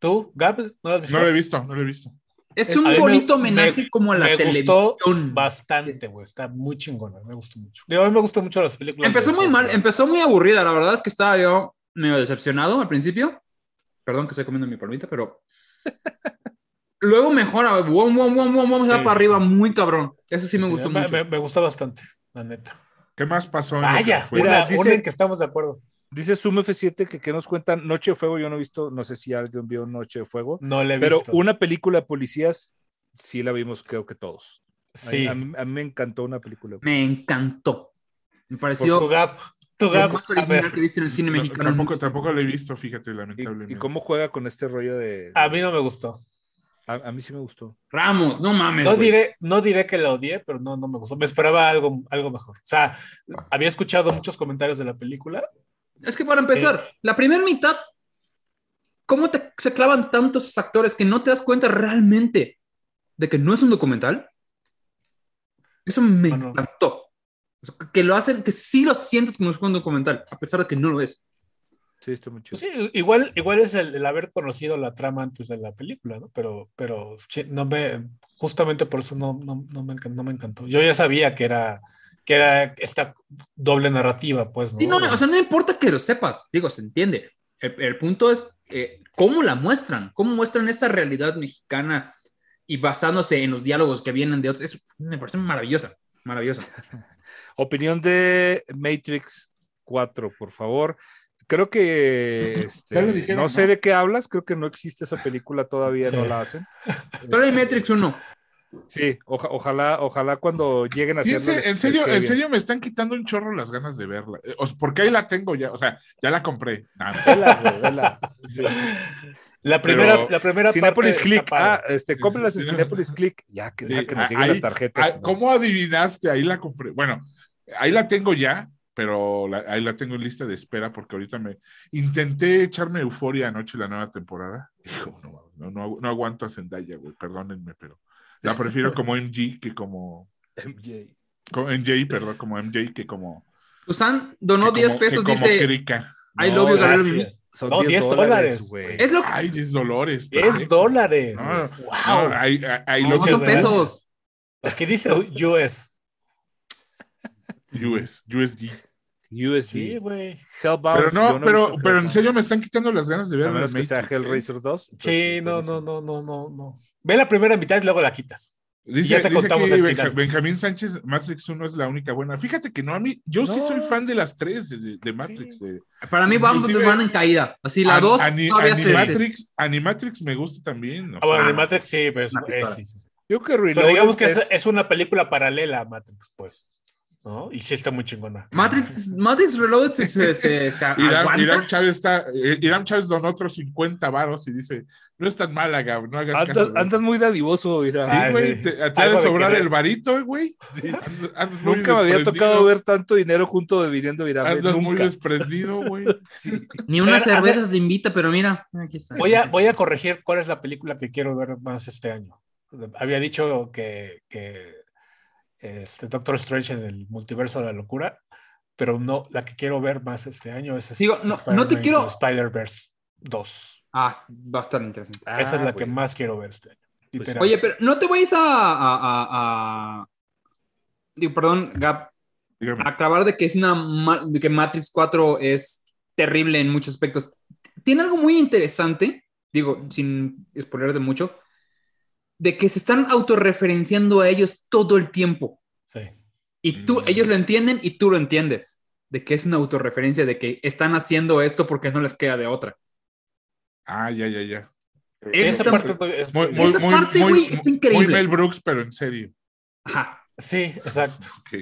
¿Tú, Gab? ¿No la has visto? No lo he visto, no lo he visto. Es Es- un a mí me- bonito homenaje me- como a la me gustó televisión. Bastante, güey. Está muy chingona. Me gustó mucho. Digo, a mí me gustan mucho las películas. Empezó de muy mal, Sony. empezó muy aburrida. La verdad es que estaba yo medio decepcionado al principio. Perdón que estoy comiendo mi palomita, [LAUGHS] pero. Luego mejora, güey. Wom, wom, wom, wom, wom, se va Sí, para sí, arriba, sí. muy cabrón. Eso sí me gustó me, mucho. Me, me gustó bastante, la neta. ¿Qué más pasó? en lo que Vaya, fue? una, Mira, dice- una en que estamos de acuerdo. Dice Zoom F7 que, que nos cuentan Noche de Fuego. Yo no he visto, no sé si alguien vio Noche de Fuego. No la he Pero visto. una película de policías, sí la vimos, creo que todos. A- Sí. A, mí, a mí me encantó una película. de Me encantó. Me Tu pareció gap. Tu lo gap. más A original ver, que viste en el cine No, mexicano. tampoco, tampoco lo he visto, fíjate, Y- lamentablemente. ¿Y, cómo juega con este rollo de.? a mí no me gustó. a, a mí sí me gustó. Ramos, no mames. No güey. diré, no diré que la odié, pero no, no me gustó. Me esperaba algo, algo mejor. O sea, había escuchado muchos comentarios de la película. Es que para empezar, la primera mitad, ¿cómo te, se clavan tantos actores que no te das cuenta realmente de que no es un documental? Eso me Bueno. encantó. O sea, que- que lo hacen, que sí lo sientes como si fuera un documental, a pesar de que no lo es. Sí, está muy chido. Pues sí, igual, igual es el, el haber conocido la trama antes de la película, ¿no? Pero, pero sí, no me, justamente por eso no, no, no me, encan- no me encantó. Yo ya sabía que era, que era esta doble narrativa, pues, ¿no? Y no, o sea, no importa que lo sepas, digo, se entiende. El, el punto es eh, cómo la muestran, cómo muestran esa realidad mexicana y basándose en los diálogos que vienen de otros. Eso me parece maravillosa, maravillosa. Opinión de Matrix 4, por favor. Creo que este, lo dijeron, no sé ¿no? de qué hablas, creo que no existe esa película todavía, Sí. no la hacen. Este, Pero hay Matrix 1. Sí, oja- ojalá, ojalá cuando lleguen a Sí, en hacerla se- les- en serio, les quede en bien. serio me están quitando un chorro las ganas de verla. Eh, o sea, porque ahí la tengo ya, o sea, ya la compré. Nah, Vela, güey, vela. Sí. [LAUGHS] La primera, Pero- la primera Cinépolis parte Click, está padre. ah, este, cómprelas en Sí, sí, sí. Cinépolis Click, ya que, Sí, ya que nos ah, lleguen ahí- las tarjetas. ah, ¿no? ¿Cómo adivinaste? Ahí la compré. Bueno, ahí la tengo ya, pero la- ahí la tengo en lista de espera porque ahorita me intenté echarme euforia anoche la nueva temporada. Hijo, no, mames, no, no, agu- no aguanto a Zendaya, güey, perdónenme, pero la [LAUGHS] prefiero como MG que como, MJ. como MJ, perdón, como MJ que como Susan donó que 10 como- que pesos, como dice. crica. I love you, No, Gabriel. gracias. Son No, 10 10 dólares, dólares, güey. güey. Es lo que. Ay, 10 dólares. 10 perfecto. dólares. No, wow. No, ahí- ahí- ahí No, lo No, son muchas gracias. pesos. Aquí dice US. US, USD. USD. Sí, güey. Hellbound. yo Pero no, he pero, visto pero en Hellbound. serio me están quitando las ganas de ver A menos que Matrix, sea ¿eh? Hellraiser 2. Sí, no, no, no, no, no, no. Ve la primera mitad y luego la quitas. Dice, ya te dice contamos aquí el Benja- final. Benjamín Sánchez, Matrix 1 es la única buena. Fíjate que no, a mí, yo sí No. soy fan de las tres de- de, de Matrix. Sí. de- Para mí van, Inclusive- van en caída. Así la An- 2 Ani- todavía se- se. Animatrix, Animatrix me gusta también. o Ah, bueno, sea, de Matrix sí, pues, es una eh, pistola. sí, sí, sí. Yo que Reloaded Pero digamos que es, es- es una película paralela a Matrix, pues. ¿No? Y sí está muy chingona. Matrix, Matrix Reloaded se, se, se- se aguanta. Irán, Irán Chávez está, eh, Irán Chávez donó otros 50 varos y dice, no es tan mala, Gab, no hagas Andas, caso. andas muy dadivoso, mira. Ah, Sí, güey, sí. te, te ha Algo de de sobrar querer. el varito, eh, güey. Andas- andas muy Nunca me había tocado desprendido. ver tanto dinero junto de viniendo Miranda. Andas muy Nunca. desprendido, güey. Sí. Ni unas Pero, a ver- cervezas le invita, pero mira. Aquí está. Voy a, voy a corregir cuál es la película que quiero ver más este año. Había dicho que, que, este Doctor Strange en el multiverso de la locura, pero no, la que quiero ver más este año es este Digo, no- no te Spider-Man quiero- into Spider-Verse 2. Ah, va a estar interesante. Ah, Esa es la que güey. más quiero ver este año. literal. Oye, pero no te vayas a. a- a- a- Digo, perdón, Gab, Dígame. acabar de que es una ma- de que Matrix 4 es terrible en muchos aspectos. Tiene algo muy interesante, digo, sin spoiler de mucho, de que se están autorreferenciando a ellos todo el tiempo. Sí. Y tú, Mm. ellos lo entienden y tú lo entiendes. De que es una autorreferencia, de que están haciendo esto porque no les queda de otra. Ah, ya, ya, ya. Esa Esa tam- parte es Muy, muy- muy, Esa muy, parte, muy- güey, está muy increíble. Mel Brooks, pero en serio. Ajá. Sí, exacto. Ok.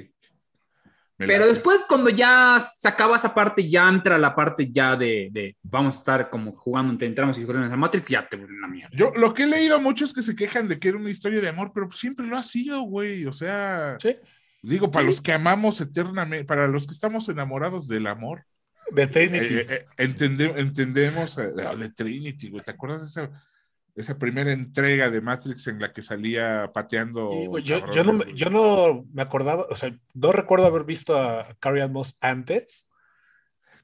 Me Pero late. después, cuando ya se acaba esa parte, ya entra la parte ya de, de vamos a estar como jugando, te entramos y jugamos a Matrix, ya te vuelve la mierda. Yo lo que he leído mucho es que se quejan de que era una historia de amor, pero pues siempre lo ha sido, güey. O sea, Sí. digo, para los que amamos eternamente, para los que estamos enamorados del amor, De Trinity. eh, eh, entende- entendemos eh, ah, de Trinity, güey. ¿Te acuerdas de esa, esa primera entrega de Matrix en la que salía pateando? Sí, güey, yo, cabrones, yo no, me- güey? yo no me acordaba, o sea, no recuerdo haber visto a Carrie Ann Moss antes.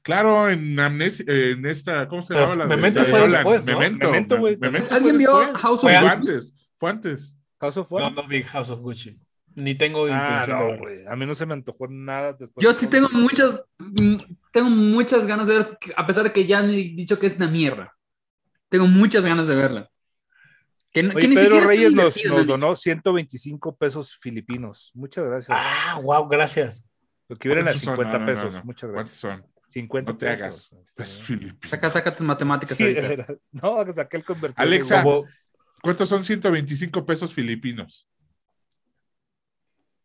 Claro, en Amnesia, en esta, ¿cómo se Pero llama? La Memento fue Nolan. después, ¿no? Memento, Memento, güey. Memento fue ¿Alguien vio después. House of Fue Fue Gucci? antes, fue antes. House of No, War. no vi House of Gucci. Ni tengo Ah, intención de no, verlo. güey. A mí no se me antojó nada. después Yo de sí todo. tengo muchas, mm, tengo muchas ganas de ver, a pesar de que ya han dicho que es una mierda. Tengo muchas ganas de verla. Que, no- que Oye, ni Pedro siquiera está Reyes nos, divertida, nos me han dicho. donó 125 pesos filipinos. Muchas gracias. Ah, wow, gracias. Lo que hubieran a ¿Cuántos son? 50 No, no, no, pesos. no. Muchas ¿Cuántos gracias. son? Pues, 50 No te pesos. hagas. Es Este, filipino. Saca, saca tus matemáticas sí, eh, de ahorita. veras. [LAUGHS] No, que saqué el convertible. Alexa. güey. Como- ¿Cuántos son 125 pesos filipinos?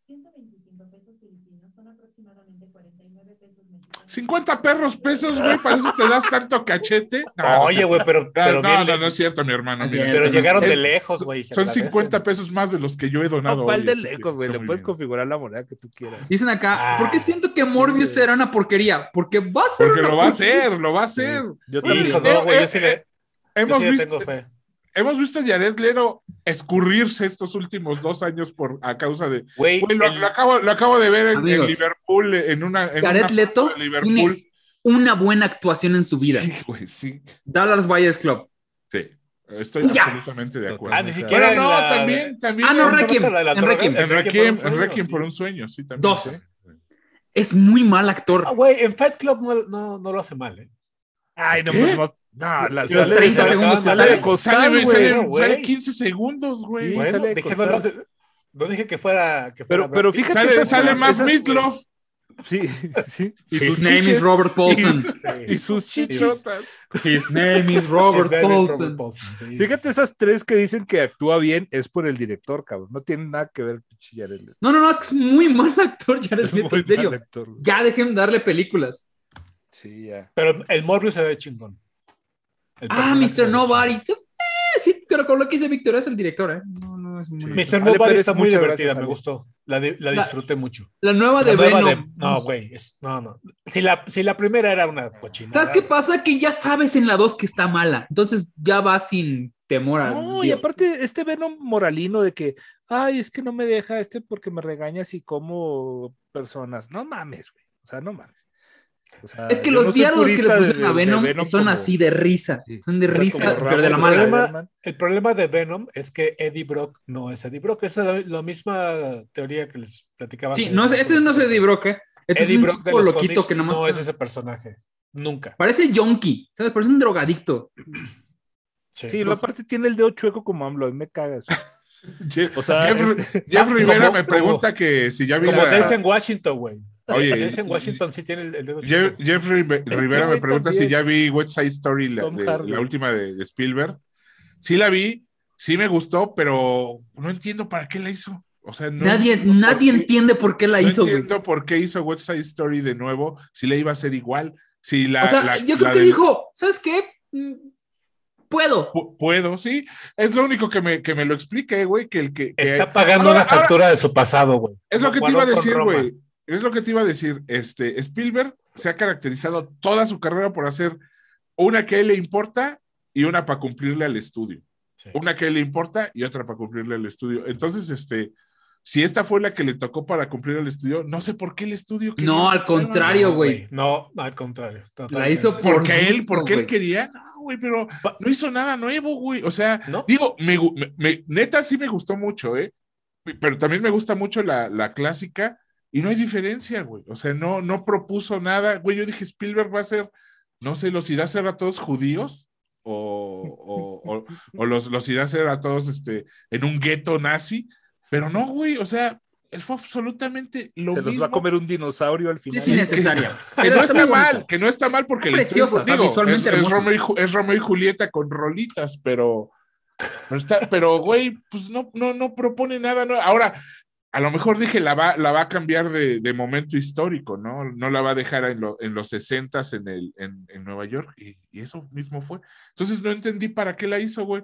125 pesos filipinos son aproximadamente 49 pesos mexicanos. 50 perros pesos, güey, para eso te das tanto cachete. No, Oye, güey, pero, no, pero, no, bien no, le- no es cierto, mi hermano. Así mira. es. pero Entonces, llegaron de es- lejos, güey. y se Son agradece. 50 pesos más de los que yo he donado. No, ¿cuál hoy, de así que lejos, güey? está Le muy puedes bien. configurar la moneda que tú quieras. Dicen acá, Ah, ¿por qué siento que Morbius sí. será una porquería? Porque va a ser Porque una lo va a porquería. hacer, lo va a hacer. Yo Y- también. Hijo, no, güey, yo sí le, yo Hemos, sí le visto, tengo fe. hemos visto a Jared Lero escurrirse estos últimos dos años por a causa de. Güey, ah, Güey, lo, el- lo acabo, lo acabo de ver en, en Amigos. Liverpool, en una. En Jared una foto Leto de Liverpool. Una buena actuación en su vida. Sí, güey, sí. Dallas Buyers Club. Sí, estoy Ya. absolutamente de acuerdo. Ah, ni siquiera Bueno, no, en la- también, también. Ah, no, en- Requiem, La de la en droga, Requiem. En Requiem por un Requiem, en sueño, Requiem sí. por un sueño, sí, también. Dos. sí. Es muy mal actor. Ah, güey, en Fight Club no, no, no lo hace mal, ¿eh? Ay, no, ¿Qué? pues no. No, la, Los sale, 30 sale- segundos que sale de salen. costal, Sale, güey. sale, güey. sale 15 segundos, güey. Sí, Bueno, sale de dije, no costal. lo hace- No dije que fuera. Que fuera Pero, pero fíjate. Sale, esas- sale esas- más Mitloff Sí, sí. Y His sus name chiches, is [LAUGHS] Robert Paulson. eh, Y sus chichos. Chotas. His name is Robert Paulson. Fíjate esas tres que dicen que actúa bien es por el director, cabrón. No tiene nada que ver, pinche Jared Leto. No, no, no, es que es muy mal actor Jared [LAUGHS] Muy Leto, en mal serio. actor, güey. Ya dejen darle películas. Sí, ya. Pero el Morbius se ve chingón. El Ah, personaje se Mr. ve Nobody. chingón. Eh, sí, pero con lo que dice Victoria es el director, ¿eh? No, no, es muy Sí. mal. Mr. Ale Nobody Pérez, está muy muchas divertida, gracias, me Ale. gustó. La, di- la La- disfruté mucho. La nueva de La nueva de- Venom. no, güey. es- No, no. Si la, si la primera era una cochina. ¿Sabes qué pasa? Que ya sabes en la 2 que está mala. Entonces ya vas sin temor a. No, y Dios. aparte, este Venom moralino de que, ay, es que no me deja este porque me regañas y como personas. No mames, güey. O sea, no mames. O sea, Es que yo los no soy diálogos que le purista de- pusieron a de- de Venom, son como- así de risa. Sí. Son de como risa, Rambo, pero de la como mala. Rambo. Iron Man. El problema de Venom es que Eddie Brock no es Eddie Brock. Esa es la, la misma teoría que les platicaba. Sí, hace- no, este no es Eddie Brock, ¿eh? Este Eddie es un Brock de chico los loquito cómics que nomás. no es ese personaje. Nunca. Parece yonki, ¿sabes? Parece un drogadicto. Sí. Sí, lo aparte tiene el dedo chueco como AMLO, a mí me cagas. Jeff, O sea, Jeff- este- [LAUGHS] Jeff Rivera como- me pregunta que si ya vi Como la- Denzel Washington, güey. Oye, Denzel Washington sí tiene el, el dedo Jeff, chiquito. Jeff Ribe- que Rivera güey me pregunta si también. ya vi West Side Story, la, Tom de- Hardy. la última de, de Spielberg. Sí la vi, sí me gustó, pero no entiendo para qué la hizo. O sea, no nadie entiendo por nadie qué- entiende por qué la no hizo, güey. entiendo por qué hizo West Side Story de nuevo, si la iba a hacer igual, si la... o sea, la- yo la creo que del- dijo, ¿sabes qué? Mm, Puedo. Pu- Puedo, sí. Es lo único que me, que me lo explique, güey, que el que... que- Está pagando eh, Ahora- una factura de su pasado, güey. Es lo que te Como iba a Cuarón con decir, Roma. güey. Es lo que te iba a decir. Este, Spielberg se ha caracterizado toda su carrera por hacer una que a él le importa y una para cumplirle al estudio. Sí. Una que a él le importa y otra para cumplirle al estudio. Entonces, este, si esta fue la que le tocó para cumplir al estudio, no sé por qué el estudio. quería No, al hacerla, contrario, güey. güey. No, al contrario. La hizo totalmente. por Porque él, gusto, porque él güey. quería, no, güey, pero no hizo nada nuevo, güey. O sea, ¿No? Digo, me, gu- me- me- neta sí me gustó mucho, ¿eh? Pero también me gusta mucho la, la clásica y no hay diferencia, güey. O sea, no, no propuso nada. Güey, yo dije, Spielberg va a ser, no sé, los irá a hacer a todos judíos o, o- o- o los, los irá a hacer a todos este, en un gueto nazi. Pero no, güey, o sea, él fue absolutamente lo Se los mismo. va a comer un dinosaurio al final. Es innecesaria. Que Pero no muy está bonita. mal, que no está mal porque Está la historia, preciosa, pues, está visualmente es, es hermosa. Romeo y, Ju- es Romeo y Julieta con rolitas, pero pero, está- pero, güey, pues no, no, no propone nada. nuevo. Ahora, a lo mejor dije, la va, la va a cambiar de, de momento histórico, ¿no? No la va a dejar en, lo- en los 60 en, el- en, en Nueva York y, y eso mismo fue. Entonces no entendí para qué la hizo, güey.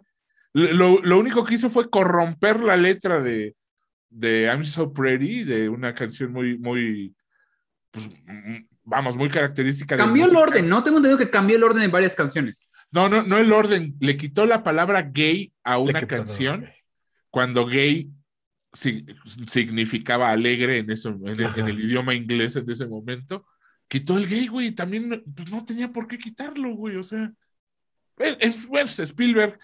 Lo, lo único que hizo fue corromper la letra de, de I'm So Pretty, de una canción muy, muy, pues, mm, vamos, muy característica. de Cambió el música. orden, ¿no? Tengo entendido que cambió el orden en varias canciones. No, no, no el orden. Le quitó la palabra gay a Le una quitó- canción cuando gay si- significaba alegre en, eso, en, el, Ajá. en el idioma inglés en ese momento, quitó el gay, güey, y también pues, no tenía por qué quitarlo, güey, o sea, es, es- es Spielberg.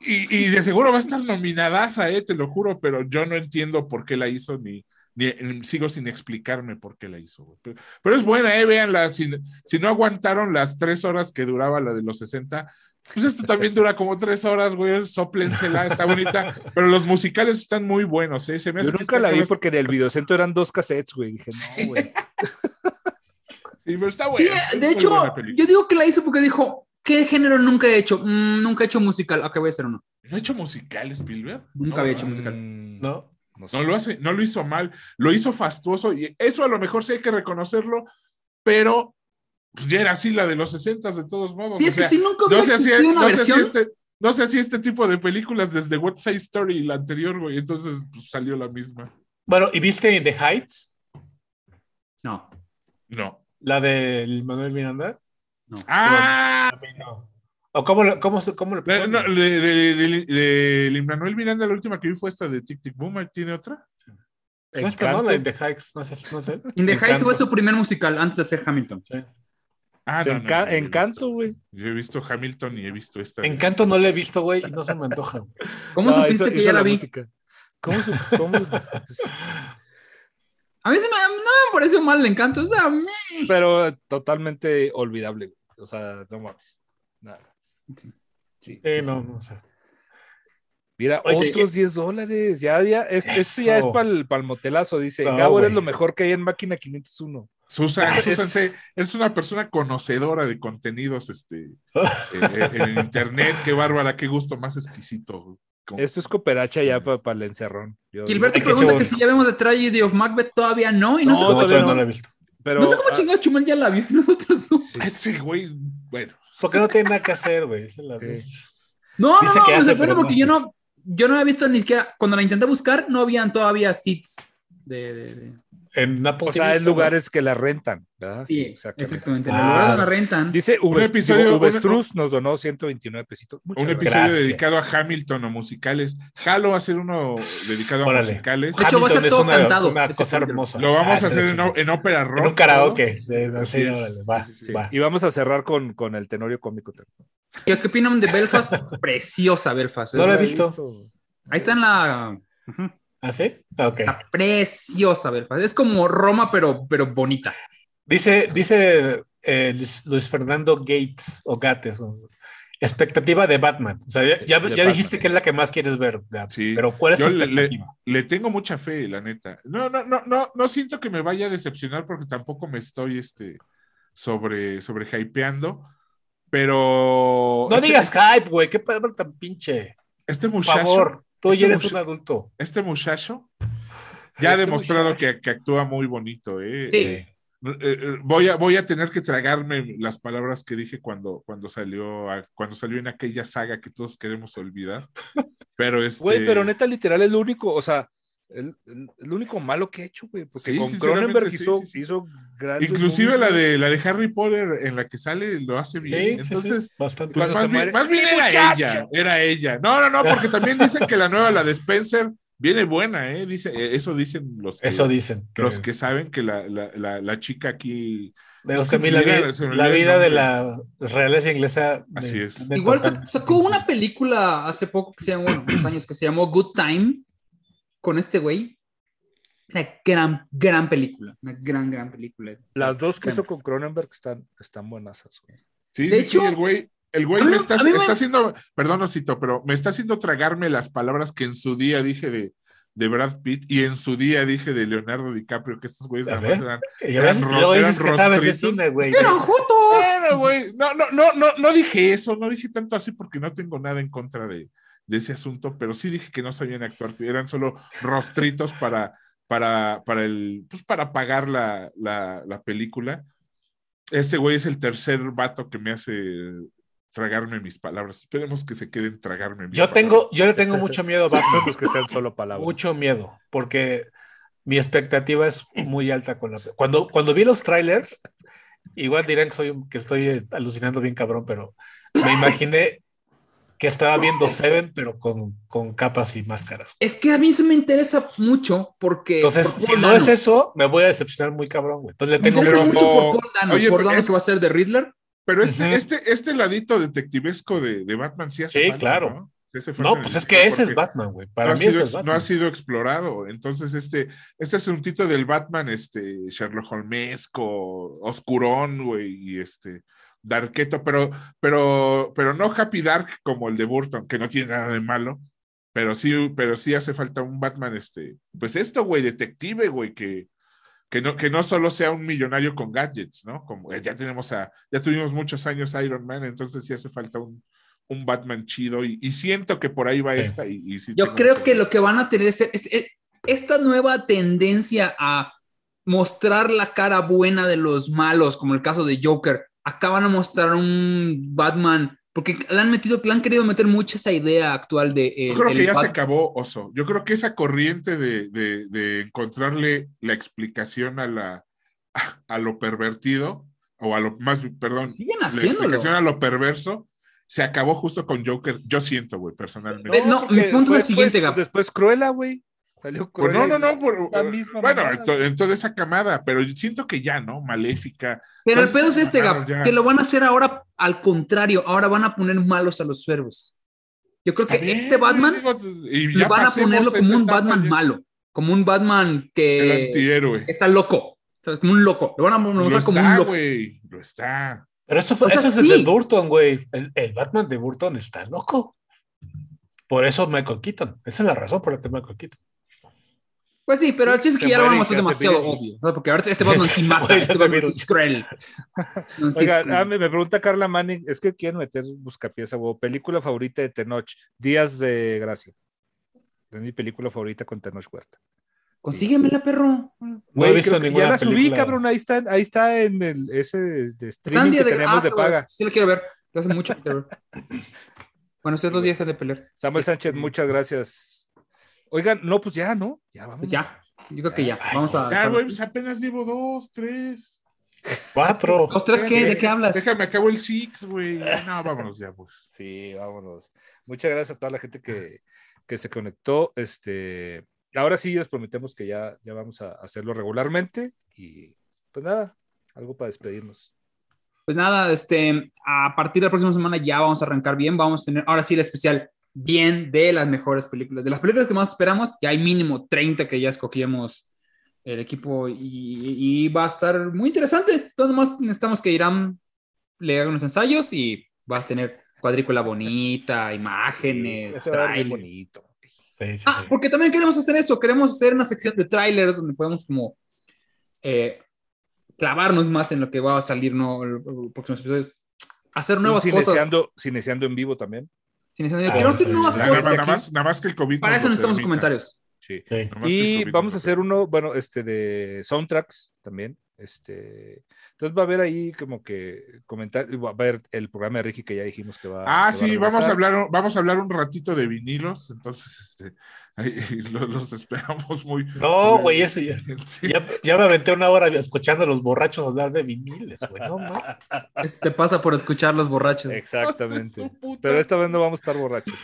Y, y de seguro va a estar nominadaza, eh, te lo juro, pero yo no entiendo por qué la hizo ni, ni- ni- sigo sin explicarme por qué la hizo. güey. Pero, pero es buena, eh, véanla, si, si no aguantaron las tres horas que duraba la de los 60, pues esto también dura como tres horas, güey. Sóplensela, [LAUGHS] está bonita. Pero los musicales están muy buenos, ¿eh? Se me hace Yo que nunca este la vi güey- porque en el videocentro eran dos cassettes, güey. Dije, no, güey. Sí, pero está Sí, buena. es eh, de muy hecho, buena película. yo digo que la hizo porque dijo, ¿qué género nunca he hecho? Mm, nunca he hecho musical. Ok, voy a hacer uno. ¿No ha hecho musical Spielberg? Nunca No, había hecho ¿verdad? musical. Mm, ¿No? no sé. No lo, hace, no lo hizo mal, lo hizo fastuoso y eso a lo mejor sí hay que reconocerlo, pero pues, ya era así la de los 60 de todos modos. Sí, o es que sea, si nunca no hubiera sé si, existido una no sé si versión, este, no sé si este tipo de películas desde West Side Story y la anterior, güey, entonces pues, salió la misma. Bueno, ¿y viste en The Heights? no. No. La del Manuel Miranda. Ah, A mí no. ¿O cómo, lo- cómo, se- cómo lo No, pusieron? no, de, de, de- de Lin Manuel Miranda, la última que vi fue esta de Tic Tic Boom. ¿Tiene otra? ¿No es que no? La de The Heights, no sé. No sé. In the Heights Encanto. fue su primer musical antes de hacer Hamilton. Sí. Ah, Se no, no, enca- no, yo he Encanto, visto- güey. Yo he visto Hamilton y he visto esta. de- Encanto no la he visto, güey, y no se me antoja. güey. ¿Cómo No, supiste hizo- que hizo ya la vi? música. ¿Cómo? su- cómo? A mí se me, no me pareció mal el encanto. O sea, me- Pero totalmente olvidable, güey. O sea, no mames. Nada. Sí. Sí, no, no sé. Mira, Oye, eh, otros 10 dólares. Ya, ya, es- esto ya es Eso. para el motelazo, dice. No, Gabo eres güey. lo mejor que hay en máquina 501. [LAUGHS] Susan, Es- Susan se- es una persona conocedora de contenidos [LAUGHS] este, eh, eh, en, internet. Qué bárbara, qué gusto más exquisito. Con- Esto es cooperacha ya para el encerrón. Yo Gilberto digo. Ay, qué pregunta chavos. que si ya vemos The Tragedy of Macbeth todavía no, y no, sé, No, cómo, todavía todavía no. no lo he visto. Pero, no sé cómo ah, chingado Chumel ya la vio, [LAUGHS] nosotros no. Ese güey, bueno. Porque no tiene nada que hacer, güey. esa es la- No, no, Dice no, que me hace, sorprende pero no porque yo hace. no, yo no había visto ni siquiera, cuando la intenté buscar, no habían todavía seats de... de- de- En Apple o sea, TV, es lugares que la rentan, ¿verdad? Sí, exactamente. exactamente. Ah, los lugares la sí. rentan. Dice Uves- episodio- digo, un- Uvestruz nos donó 129 pesitos. Muchas Un episodio gracias. Gracias. dedicado a Hamilton o musicales. Jalo va a hacer uno dedicado a Órale. musicales. De hecho, va a ser Hamilton es todo una- cantado, Una ese cosa capítulo. hermosa. Lo vamos Ah, a hacer en, está o- en ópera rock. En un karaoke. de- de- Así sí, es. órale, va, Sí, sí, Sí, va. Y vamos a cerrar con, con el tenorio cómico. ¿Qué, qué opinan de Belfast? [LAUGHS] Preciosa Belfast. es No la he una- visto. Ahí está en la... Ujú. ¿Ah, sí? Ah, Ok. Está preciosa Belfast. Es como Roma, pero, pero bonita. Dice, dice eh, Luis, Luis Fernando Gates o Gates. o- expectativa de Batman. O sea, ya, ya- De ya dijiste Batman. que es la que más quieres ver, Gab, Sí. pero ¿cuál es Yo tu le- le- expectativa? Le tengo mucha fe, la neta. No, no, no, no, no siento que me vaya a decepcionar porque tampoco me estoy este, sobre, sobre hypeando. Pero. No este- digas hype, güey. Qué palabra tan pinche. Este Por muchacho. favor, tú este ya eres muchacho- un adulto. Este muchacho. Ya ha Este demostrado muchacho. que, que actúa muy bonito, ¿eh? Sí. Eh, eh, voy, a, voy a tener que tragarme las palabras que dije cuando, cuando, salió, a- cuando salió en aquella saga que todos queremos olvidar. Pero [LAUGHS] este. Güey, pero neta, literal, es lo único, o sea, el, el- el único malo que he hecho, güey. Porque Sí, con sinceramente, Cronenberg sí, hizo, sí, sí. hizo grandes Inclusive movies, la güey. de, la de Harry Potter en la que sale lo hace Sí, bien. sí, sí, Entonces, pues, bastante. cuando más, se bien, muere. más bien era ella, era ella. No, no, no, porque también dicen que la nueva, la de Spencer, viene buena, ¿eh? Dice, eh, eso dicen los que, Eso dicen. que- los que saben que la, la, la, la chica aquí. de los se que a mí la, me olvida- vi- se me la olvida el vida de nombre. la realeza inglesa. me- Así es. me Igual tocan. sa- sacó una película hace poco que se llamó, bueno, unos años que se llamó Good Time con este güey. Una gran, gran película. Una gran, gran película. Las dos que Bueno. hizo con Cronenberg están, están buenas. Sí, De sí, sí, hecho, el güey. El güey a mí- me está, a mí me- está haciendo, perdón, Osito, pero me está haciendo tragarme las palabras que en su día dije de, de Brad Pitt y en su día dije de Leonardo DiCaprio, que estos güeyes A nada ver. más eran. Y a veces eran luego ro- dices eran que sabes de rostritos. cine, güey. ¡Pero juntos! Claro, güey. No, no, no, no, no dije eso, no dije tanto así porque no tengo nada en contra de, de ese asunto, pero sí dije que no sabían actuar, que eran solo rostritos para, para, para el, pues para pagar la, la, la película. Este güey es el tercer vato que me hace tragarme mis palabras. Esperemos que se queden tragarme mis Yo palabras. tengo, yo le tengo mucho miedo a Batman. [LAUGHS] Los que sean solo palabras. Mucho miedo, porque mi expectativa es muy alta con la... Cuando, cuando vi los trailers, igual dirán que, soy, un- que estoy eh, alucinando bien cabrón, pero me imaginé que estaba viendo Seven, pero con, con capas y máscaras. Es que a mí se me interesa mucho porque. Entonces, por si Paul no Dano. es eso, me voy a decepcionar muy cabrón, güey. Entonces le Me tengo interesa pero- miedo. mucho por Paul Dano. Oye, por Dano es- que va a ser de Riddler. Pero este, Ujú. este, este ladito detectivesco de, de Batman sí hace Sí, falta, claro. ¿no? Sí hace falta No, en pues el es que cine ese es porque- Batman, güey. no Para ha mí ese sido- es No ha Batman. sido explorado. Entonces, este, este asuntito del Batman, este, Sherlock Holmesco, Oscurón, güey, y este, Darketo, pero, pero, pero no Happy Dark como el de Burton, que no tiene nada de malo. Pero sí, pero sí hace falta un Batman, este, pues esto, güey, detective, güey, que, que no, que no solo sea un millonario con gadgets, ¿no? Como eh, ya tenemos a, ya tuvimos muchos años Iron Man, entonces sí hace falta un, un Batman chido, y, y siento que por ahí va Sí. esta. Y, y sí Yo tengo creo mucho- que lo que van a tener es, es- es- esta nueva tendencia a mostrar la cara buena de los malos, como el caso de Joker. Acá van a mostrar un Batman, porque le han metido, le han querido meter mucho esa idea actual de. eh, el- Yo creo el que ya se Bat- acabó, Oso. Yo creo que esa corriente de, de- de encontrarle la explicación a, la, a, lo pervertido, o a lo más, perdón, Siguen la explicación haciéndolo. a lo perverso, se acabó justo con Joker. Yo siento, güey, personalmente. Eh, no, porque mi punto es el después- siguiente, Gab. Después Cruella, güey. Salió Pues Cruella no, no, y- no. por- la misma bueno, mamada. en, to- en toda esa camada, pero yo siento que ya, ¿no? Maléfica. Pero el entonces, pedo es este, claro, Gab, ya. que lo van a hacer ahora al contrario. Ahora van a poner malos a los suervos. Yo creo que También, este Batman digo, y lo ya van a pasemos ponerlo esa como un etapa, Batman Eh, ya- malo, como un Batman El que. antihéroe. está loco. ¿sabes? Como un loco. Lo van a Lo mostrar como un ah, está, loco. güey. Lo está. Pero eso, fue, O sea, eso es sí. desde Burton, güey. El, el Batman de Burton está loco. Por eso Michael Keaton. Esa es la razón por la que Michael Keaton. Pues sí, pero el chiste es se que ya lo muere y vamos a se hacer hace demasiado virus. obvio. ¿no? Porque ahorita este [LAUGHS] Batman sí mata. Se Este hace Batman sí virus. es cruel. No, sí es Oiga, cruel. ah, me, me pregunta Carla Manning, es que quieren meter buscapiés a huevo. Película favorita de Tenoch, Días de Gracia. Es mi película favorita con Tenoch Huerta. Consíguemela, perro. No he Güey, visto creo que ninguna ya la subí, película. cabrón, ahí está, ahí está en el, ese de Está en streaming día que de tenemos de Ah, güey, paga. Sí, lo quiero ver. Lo hace mucho que quiero [LAUGHS] ver. Bueno, estos dos días de pelear. Samuel Sánchez, muchas gracias. Oigan, no, pues ya, ¿no? Ya vamos. Pues ya. Yo creo que ya. Vamos a. Ya, güey, pues apenas llevo dos, tres. Cuatro. ¿Dos, tres qué? ¿De qué hablas? Déjame, acabo el six, güey. No, vámonos ya, pues. Sí, vámonos. Muchas gracias a toda la gente que, que se conectó. Este, ahora sí les prometemos que ya, ya vamos a hacerlo regularmente. Y pues nada, algo para despedirnos. Pues nada, este, a partir de la próxima semana ya vamos a arrancar bien. Vamos a tener ahora sí el especial bien de las mejores películas. De las películas que más esperamos, ya hay mínimo 30 que ya escogíamos el equipo y, y va a estar muy interesante. Todo más necesitamos que Irán le haga unos ensayos y va a tener cuadrícula bonita, imágenes, Eso va a dar bien trailers. bonito. Sí, sí, Ah, sí. porque también queremos hacer eso, queremos hacer una sección de trailers donde podemos como eh, clavarnos más en lo que va a salir ¿no? los próximos episodios. Hacer nuevas Un cosas. cineceando- cineceando en vivo también. Sin ese- Ah, queremos hacer sí, nuevas sí, Nada, nada cosas. más, nada más que el COVID. Para nos eso lo necesitamos permita. comentarios. Sí. Sí. Nada más que el Y COVID vamos nos a lo hacer uno, bueno, este de soundtracks también. Este, entonces va a haber ahí como que comentar, va a haber el programa de Ricky que ya dijimos que va. que Ah, va sí, vamos a regresar. hablar, vamos a hablar un ratito de vinilos, entonces este, ahí, [LAUGHS] los, los esperamos muy. No, güey, eso ya. [LAUGHS] Sí. Ya, ya me aventé una hora escuchando a los borrachos hablar de viniles, güey. No, mames. Este, Te pasa por escuchar los borrachos. [LAUGHS] [LAUGHS] Exactamente. Su puta. Pero esta vez no vamos a estar borrachos.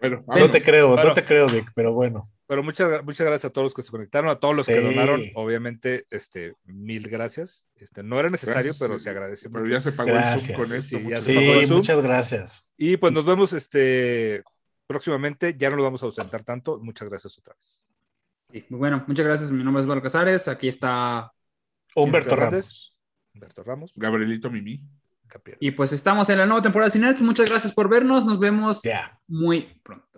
Bueno, no vámonos. te creo, Bueno. no te creo, Vic, pero bueno. Pero muchas, gra- muchas gracias a todos los que se conectaron, a todos los que Sí. donaron, obviamente, este, mil gracias. Este, no era necesario, Gracias, pero sí. se agradece Pero mucho. ya se pagó el Gracias. Zoom con esto. Sí, ya muchas se Sí, pagó el gracias. Zoom. muchas gracias. Y pues nos vemos este, próximamente, ya no lo vamos a ausentar tanto. Muchas gracias otra vez. Sí, muy bueno, muchas gracias. Mi nombre es Valo Casares. Aquí está. Humberto Hernández. Ramos. Humberto Ramos, Gabrielito Mimi. Capiel. Y pues estamos en la nueva temporada de Cinex. Muchas gracias por vernos. Nos vemos Ya. muy pronto.